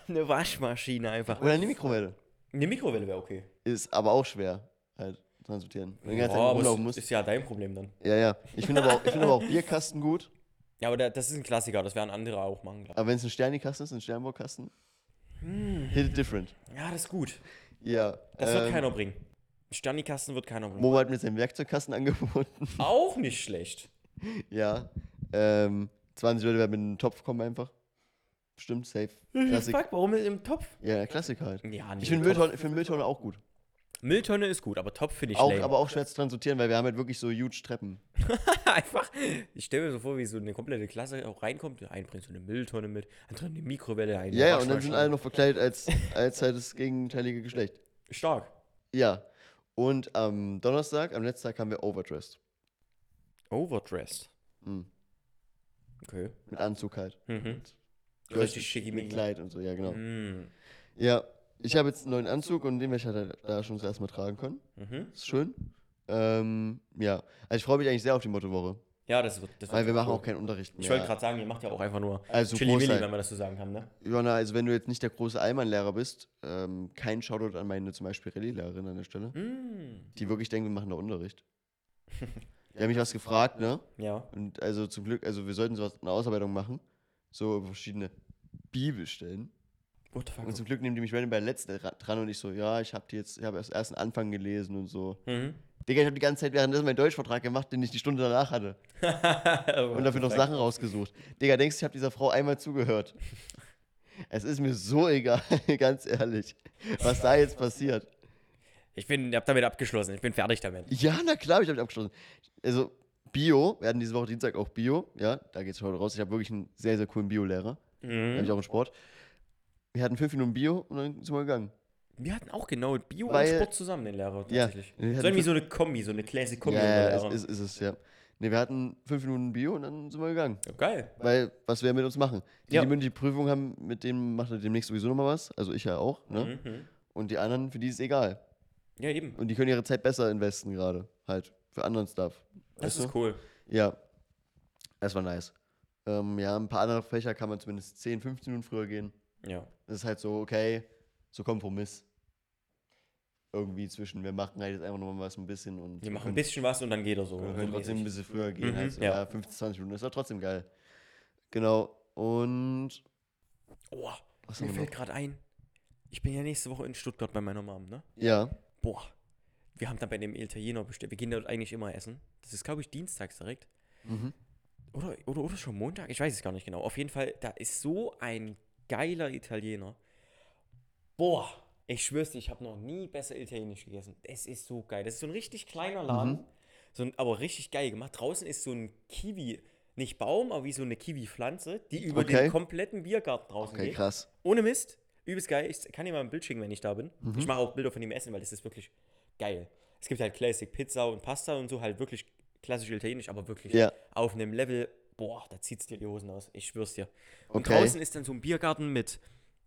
Speaker 2: Eine Waschmaschine einfach.
Speaker 1: Oder eine Mikrowelle.
Speaker 2: Eine Mikrowelle wäre okay.
Speaker 1: Ist aber auch schwer, halt, transportieren. Wenn du die ganze Zeit
Speaker 2: Boah, aber
Speaker 1: rumlaufen
Speaker 2: es
Speaker 1: musst.
Speaker 2: ist ja dein Problem dann.
Speaker 1: Ja, ja. Ich finde aber, auch- ich finde aber auch Bierkasten gut.
Speaker 2: Ja, aber da, das ist ein Klassiker, das werden andere auch machen, glaub
Speaker 1: Aber wenn es ein Sternikasten ist, ein Sternbaukasten, hit it different.
Speaker 2: ich. Ja, das ist gut.
Speaker 1: Ja.
Speaker 2: Hm. Das
Speaker 1: ähm,
Speaker 2: wird keiner bringen. Sternikasten wird keiner bringen.
Speaker 1: Momo hat mir seinen Werkzeugkasten angeboten.
Speaker 2: Auch nicht schlecht.
Speaker 1: ja. Ähm, 20 Leute werden mit einem Topf kommen einfach. Bestimmt, safe. Klassik.
Speaker 2: Fuck, warum mit dem Topf?
Speaker 1: Ja, Klassik halt.
Speaker 2: Ja, nee,
Speaker 1: Ich finde
Speaker 2: Topf-
Speaker 1: Mülltonne, ich find Mülltonne auch gut.
Speaker 2: Mülltonne ist gut, aber Topf finde ich
Speaker 1: Auch,
Speaker 2: lame.
Speaker 1: aber auch schwer zu transportieren, weil wir haben halt wirklich so huge Treppen.
Speaker 2: Einfach, ich stelle mir so vor, wie so eine komplette Klasse auch reinkommt. Der eine bringt so eine Mülltonne mit, andere eine Mikrowelle, eine
Speaker 1: Ja, ja, und dann sind
Speaker 2: Waschmaschine.
Speaker 1: alle noch verkleidet als, als halt das gegenteilige Geschlecht.
Speaker 2: Stark.
Speaker 1: Ja. Und am Donnerstag, am letzten Tag, haben wir Overdressed.
Speaker 2: Overdressed.
Speaker 1: Mhm.
Speaker 2: Okay.
Speaker 1: Mit Anzug halt.
Speaker 2: Mhm.
Speaker 1: Gehört
Speaker 2: Richtig schicki
Speaker 1: Mit
Speaker 2: mit
Speaker 1: Kleid und so, ja, genau.
Speaker 2: mhm.
Speaker 1: Ja, ich habe jetzt einen neuen Anzug und den werde ich halt da schon das erste Mal tragen können.
Speaker 2: mhm.
Speaker 1: Ist schön. Ähm, ja, also ich freue mich eigentlich sehr auf die Mottowoche,
Speaker 2: Ja, das wird. Das wird
Speaker 1: weil wir machen
Speaker 2: cool.
Speaker 1: auch keinen Unterricht mehr.
Speaker 2: Ich wollte gerade sagen, ihr macht ja auch einfach nur
Speaker 1: also
Speaker 2: Chili
Speaker 1: groß
Speaker 2: Milli, wenn
Speaker 1: sein.
Speaker 2: man das so sagen kann, ne?
Speaker 1: Johanna, also wenn du jetzt nicht der große Allmann-Lehrer bist, ähm, kein Shoutout an meine zum Beispiel Rallye-Lehrerin an der Stelle,
Speaker 2: Mhm.
Speaker 1: die wirklich denken, wir machen da Unterricht. Die haben mich was gefragt, ne?
Speaker 2: Ja.
Speaker 1: Und also zum Glück, also wir sollten sowas eine Ausarbeitung machen, so über verschiedene Bibelstellen.
Speaker 2: What the fuck?
Speaker 1: Und zum Glück nehmen die mich random bei der letzten ra- dran und ich so, ja, ich habe die jetzt, ich habe erst erst den Anfang gelesen und so.
Speaker 2: Mhm.
Speaker 1: Digga, ich habe die ganze Zeit währenddessen meinen Deutschvortrag gemacht, den ich die Stunde danach hatte. Und dafür noch Sachen rausgesucht. Digga, denkst du, ich habe dieser Frau einmal zugehört? Es ist mir so egal, ganz ehrlich, was da jetzt passiert.
Speaker 2: Ich bin, hab damit abgeschlossen. Ich bin fertig damit.
Speaker 1: Ja, na klar, hab ich habe abgeschlossen. Also, Bio, wir hatten diese Woche Dienstag auch Bio. Ja, da geht's heute raus. Ich habe wirklich einen sehr, sehr coolen Bio-Lehrer. Habe ich
Speaker 2: Mhm.
Speaker 1: auch im Sport. Wir hatten fünf Minuten Bio und dann sind wir gegangen.
Speaker 2: Wir hatten auch genau Bio
Speaker 1: Weil-
Speaker 2: und Sport zusammen, den Lehrer,
Speaker 1: Ja,
Speaker 2: tatsächlich.
Speaker 1: wir hatten
Speaker 2: so irgendwie so eine Kombi, so eine Classic-Kombi.
Speaker 1: ja,
Speaker 2: unter
Speaker 1: ja,
Speaker 2: Lehrern.
Speaker 1: ist, ist, ist es, ja. Ne, wir hatten fünf Minuten Bio und dann sind wir gegangen.
Speaker 2: Ja, Geil.
Speaker 1: Weil, was wir mit uns machen. Die,
Speaker 2: Ja.
Speaker 1: die mündliche Prüfung haben, mit denen macht er demnächst sowieso nochmal was. Also ich ja auch. Ne?
Speaker 2: Mhm.
Speaker 1: Und die anderen, für die ist es egal.
Speaker 2: Ja, eben.
Speaker 1: Und die können ihre Zeit besser investen gerade. Halt. Für anderen Stuff.
Speaker 2: Das
Speaker 1: Weißt
Speaker 2: ist
Speaker 1: du?
Speaker 2: cool.
Speaker 1: Ja. Das war nice. Ähm, ja, ein paar andere Fächer kann man zumindest 10, 15 Minuten früher gehen.
Speaker 2: Ja.
Speaker 1: Das ist halt so, okay, so Kompromiss. Irgendwie zwischen, wir machen halt jetzt einfach nochmal was ein bisschen und.
Speaker 2: Wir machen ein
Speaker 1: können-
Speaker 2: bisschen was und dann geht er so.
Speaker 1: Wir können trotzdem ein bisschen früher gehen.
Speaker 2: Mhm,
Speaker 1: also,
Speaker 2: ja.
Speaker 1: ja. 15, 20 Minuten ist doch trotzdem geil. Genau. Und.
Speaker 2: Oh,
Speaker 1: Was
Speaker 2: mir
Speaker 1: haben wir
Speaker 2: fällt
Speaker 1: noch?
Speaker 2: gerade ein. Ich bin ja nächste Woche in Stuttgart bei meiner Mom, ne?
Speaker 1: Ja.
Speaker 2: Boah. Wir haben da bei dem Italiener bestellt. Wir gehen dort eigentlich immer essen. Das ist, glaube ich, dienstags direkt.
Speaker 1: Mhm.
Speaker 2: Oder, oder, oder schon Montag? Ich weiß es gar nicht genau. Auf jeden Fall, da ist so ein geiler Italiener. Boah, ich schwör's dir, ich habe noch nie besser Italienisch gegessen. Es ist so geil. Das ist so ein richtig kleiner Laden,
Speaker 1: Mhm.
Speaker 2: so ein, aber richtig geil gemacht. Draußen ist so ein Kiwi, nicht Baum, aber wie so eine Kiwi-Pflanze, die über
Speaker 1: Okay.
Speaker 2: den kompletten Biergarten draußen
Speaker 1: Okay,
Speaker 2: geht.
Speaker 1: krass.
Speaker 2: Ohne Mist, übelst geil. Ich kann dir mal ein Bild schicken, wenn ich da bin. Ich mache auch Bilder von dem Essen, weil das ist wirklich geil. Es gibt halt Classic Pizza und Pasta und so, halt wirklich klassisch italienisch, aber wirklich
Speaker 1: Ja.
Speaker 2: auf einem Level, boah, da zieht's dir die Hosen aus. Ich schwör's dir. Und
Speaker 1: Okay.
Speaker 2: draußen ist dann so ein Biergarten mit,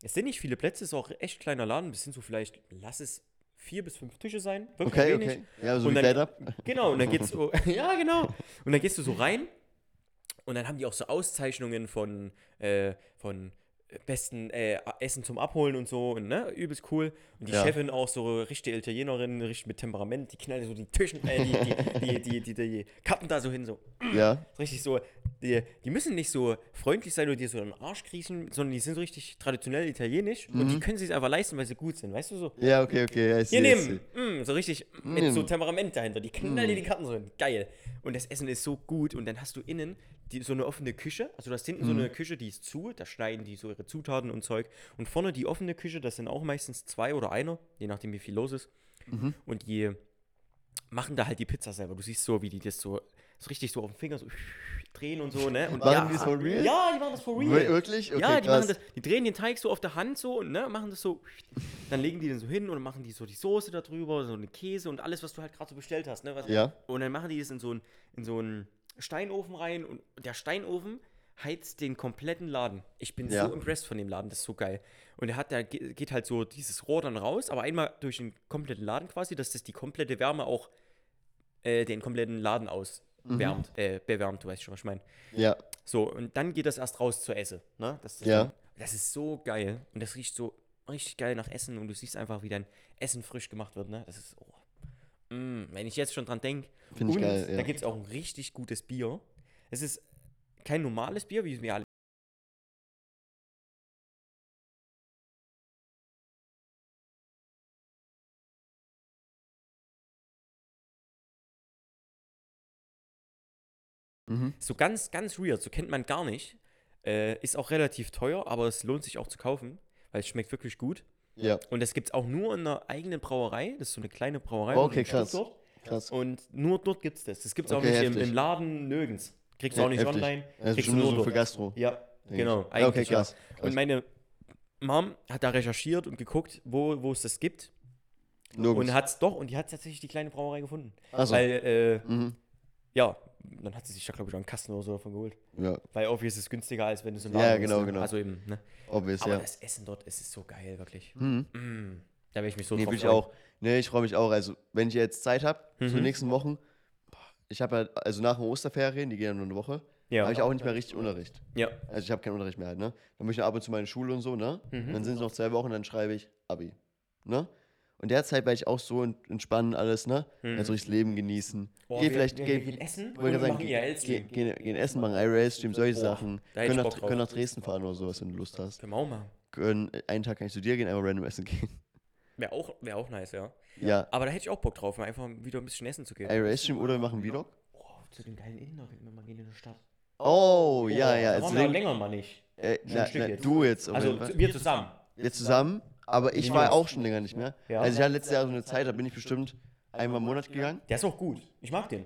Speaker 2: es sind nicht viele Plätze, es ist auch ein echt kleiner Laden, es sind so vielleicht, lass es vier bis fünf Tische sein. Wirklich
Speaker 1: Okay,
Speaker 2: wenig.
Speaker 1: okay. Ja, so
Speaker 2: Und
Speaker 1: Also wie
Speaker 2: dann-
Speaker 1: Bad Up.
Speaker 2: Genau, und dann geht's so, ja, genau. Und dann gehst du so rein Und dann haben die auch so Auszeichnungen von, äh, von besten äh, Essen zum Abholen und so, und, ne? Übelst cool. Und die
Speaker 1: Ja.
Speaker 2: Chefin auch so richtige Italienerin, richtig mit Temperament, die knallt so die Tischen, äh, die, die, die, die, die, die Kappen da so hin, so
Speaker 1: Ja,
Speaker 2: richtig so, die, die müssen nicht so freundlich sein oder dir so einen Arsch kriechen, sondern die sind so richtig traditionell italienisch und
Speaker 1: Mhm.
Speaker 2: die können sich einfach leisten, weil sie gut sind, weißt du so.
Speaker 1: ja, okay, okay. Ja, ich
Speaker 2: Hier
Speaker 1: seh, ich
Speaker 2: nehmen,
Speaker 1: seh.
Speaker 2: mm, so richtig mit so Temperament dahinter, die knallen
Speaker 1: Mm.
Speaker 2: dir die Karten so hin, geil. Und das Essen ist so gut und dann hast du innen die, so eine offene Küche, also du hast hinten so eine
Speaker 1: Mm.
Speaker 2: Küche, die ist zu, da schneiden die so ihre Zutaten und Zeug und vorne die offene Küche, das sind auch meistens zwei oder einer, je nachdem wie viel los ist
Speaker 1: Mhm.
Speaker 2: und die machen da halt die Pizza selber. Du siehst so, wie die das so, so richtig so auf dem Finger so drehen und so, ne? Und
Speaker 1: Machen
Speaker 2: ja,
Speaker 1: die das for real?
Speaker 2: Ja, die machen das for real.
Speaker 1: Wir- wirklich? Okay,
Speaker 2: ja, die
Speaker 1: krass.
Speaker 2: machen das, die drehen den Teig so auf der Hand so, ne? Machen das so, dann legen die den so hin und machen die so die Soße da drüber, so eine Käse und alles, was du halt gerade so bestellt hast, ne? Was,
Speaker 1: Ja.
Speaker 2: Und dann machen die das in so einen in so einen Steinofen rein und der Steinofen heizt den kompletten Laden. Ich bin
Speaker 1: Ja.
Speaker 2: so impressed von dem Laden, das ist so geil. Und er hat, da ge- geht halt so dieses Rohr dann raus, aber einmal durch den kompletten Laden quasi, dass das die komplette Wärme auch äh, den kompletten Laden auswärmt,
Speaker 1: Mhm.
Speaker 2: äh, bewärmt, du weißt schon, was ich meine.
Speaker 1: Ja,
Speaker 2: So, und dann geht das erst raus zur Esse. Ne? Das, ist
Speaker 1: Ja.
Speaker 2: so- das ist so geil. Und das riecht so richtig geil nach Essen und du siehst einfach, wie dein Essen frisch gemacht wird. Ne? Das ist, oh. mm, wenn ich jetzt schon dran denke.
Speaker 1: Find ich geil, ja.
Speaker 2: Da gibt es auch ein richtig gutes Bier. Es ist kein normales Bier, wie es mir alle.
Speaker 1: Mhm.
Speaker 2: So ganz, ganz weird, so kennt man gar nicht. Äh, ist auch relativ teuer, aber es lohnt sich auch zu kaufen, weil es schmeckt wirklich gut.
Speaker 1: ja,
Speaker 2: Und das gibt es auch nur in einer eigenen Brauerei. Das ist so eine kleine Brauerei.
Speaker 1: Oh, Okay,
Speaker 2: in
Speaker 1: krass.
Speaker 2: Stuttgart.
Speaker 1: krass.
Speaker 2: Und nur dort gibt es das. Das gibt es
Speaker 1: Okay,
Speaker 2: auch nicht im,
Speaker 1: heftig.
Speaker 2: im Laden nirgends. Kriegst du auch nicht
Speaker 1: Heftig.
Speaker 2: online.
Speaker 1: Das ist
Speaker 2: kriegst du
Speaker 1: schon nur so für
Speaker 2: dort.
Speaker 1: Gastro.
Speaker 2: Ja,
Speaker 1: denk ich.
Speaker 2: genau.
Speaker 1: Ja, okay,
Speaker 2: eigentlich, ja.
Speaker 1: krass.
Speaker 2: Und
Speaker 1: krass.
Speaker 2: meine Mom hat da recherchiert und geguckt, wo, wo es das gibt.
Speaker 1: Nirgends.
Speaker 2: Und halt hat's doch, und die hat tatsächlich die kleine Brauerei gefunden.
Speaker 1: Ach so.
Speaker 2: Weil, äh,
Speaker 1: Mhm.
Speaker 2: ja, dann hat sie sich da, glaube ich, auch einen Kasten oder so davon geholt.
Speaker 1: Ja,
Speaker 2: Weil obvious ist günstiger, als wenn du so einen
Speaker 1: Ja,
Speaker 2: Laden
Speaker 1: genau,
Speaker 2: ne?
Speaker 1: genau.
Speaker 2: Also eben, ne?
Speaker 1: obvious,
Speaker 2: Aber
Speaker 1: ja.
Speaker 2: das Essen dort, es ist so geil, wirklich.
Speaker 1: Mhm.
Speaker 2: Mm. Da will ich mich so
Speaker 1: Nee,
Speaker 2: drauf
Speaker 1: will ich
Speaker 2: freuen.
Speaker 1: auch. Nee, ich freue mich auch. Also, wenn ich jetzt Zeit habe, zu den
Speaker 2: Mhm.
Speaker 1: nächsten Wochen, boah, ich habe ja, also nach den Osterferien, die gehen ja nur eine Woche,
Speaker 2: Ja.
Speaker 1: habe ich auch nicht mehr richtig Unterricht.
Speaker 2: Ja,
Speaker 1: Also, ich habe keinen Unterricht mehr halt, ne? Dann bin ich noch ab und zu meine Schule und so, ne?
Speaker 2: Mhm.
Speaker 1: Und dann sind es noch zwei Wochen, dann schreibe ich Abi, ne? Und derzeit werde ich auch so ent- entspannen, alles, ne? Also, richtig Leben genießen.
Speaker 2: Mhm. Boah,
Speaker 1: geh
Speaker 2: wir-
Speaker 1: vielleicht,
Speaker 2: wir-
Speaker 1: geh,
Speaker 2: wir gehen essen
Speaker 1: wollte
Speaker 2: und
Speaker 1: gerade
Speaker 2: machen
Speaker 1: geh-
Speaker 2: IRL-Stream.
Speaker 1: geh- geh- gehen essen, machen IRL-Stream, solche
Speaker 2: Boah,
Speaker 1: Sachen.
Speaker 2: da hätte
Speaker 1: Können
Speaker 2: ich
Speaker 1: nach,
Speaker 2: Bock drauf.
Speaker 1: können nach Dresden fahren oder sowas, wenn du Lust hast.
Speaker 2: können wir auch machen.
Speaker 1: Können, einen Tag kann ich zu dir gehen, einmal random essen gehen.
Speaker 2: Wäre auch, wär auch nice, ja.
Speaker 1: Ja.
Speaker 2: Aber da hätte ich auch Bock drauf, mal einfach wieder ein bisschen essen zu gehen.
Speaker 1: IRL-Stream oder wir machen Vlog?
Speaker 2: Boah, zu dem geilen Inder, wenn wir gehen in der Stadt.
Speaker 1: Oh, ja, ja.
Speaker 2: Da
Speaker 1: Jetzt
Speaker 2: waren wir
Speaker 1: reden,
Speaker 2: länger mal nicht.
Speaker 1: äh,
Speaker 2: ein
Speaker 1: na,
Speaker 2: Stück
Speaker 1: na,
Speaker 2: jetzt.
Speaker 1: du jetzt. Auf
Speaker 2: Also
Speaker 1: jeden Fall.
Speaker 2: zu- wir zusammen.
Speaker 1: Wir zusammen, aber ich war auch schon länger nicht mehr.
Speaker 2: Ja.
Speaker 1: Also ich hatte letztes Jahr so eine Zeit, da bin ich bestimmt einmal im Monat gegangen.
Speaker 2: Der ist auch gut. Ich mag den.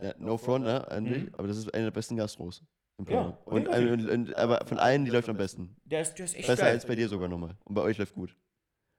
Speaker 1: Ja, no front, ne? Eigentlich. Aber das ist einer der besten Gastros. Im
Speaker 2: Mhm. Ja,
Speaker 1: Plan. und,
Speaker 2: definitiv.
Speaker 1: und, und, aber von allen, die läuft am besten.
Speaker 2: Der ist, der ist echt
Speaker 1: Besser
Speaker 2: geil.
Speaker 1: als bei dir sogar nochmal. Und bei euch läuft gut.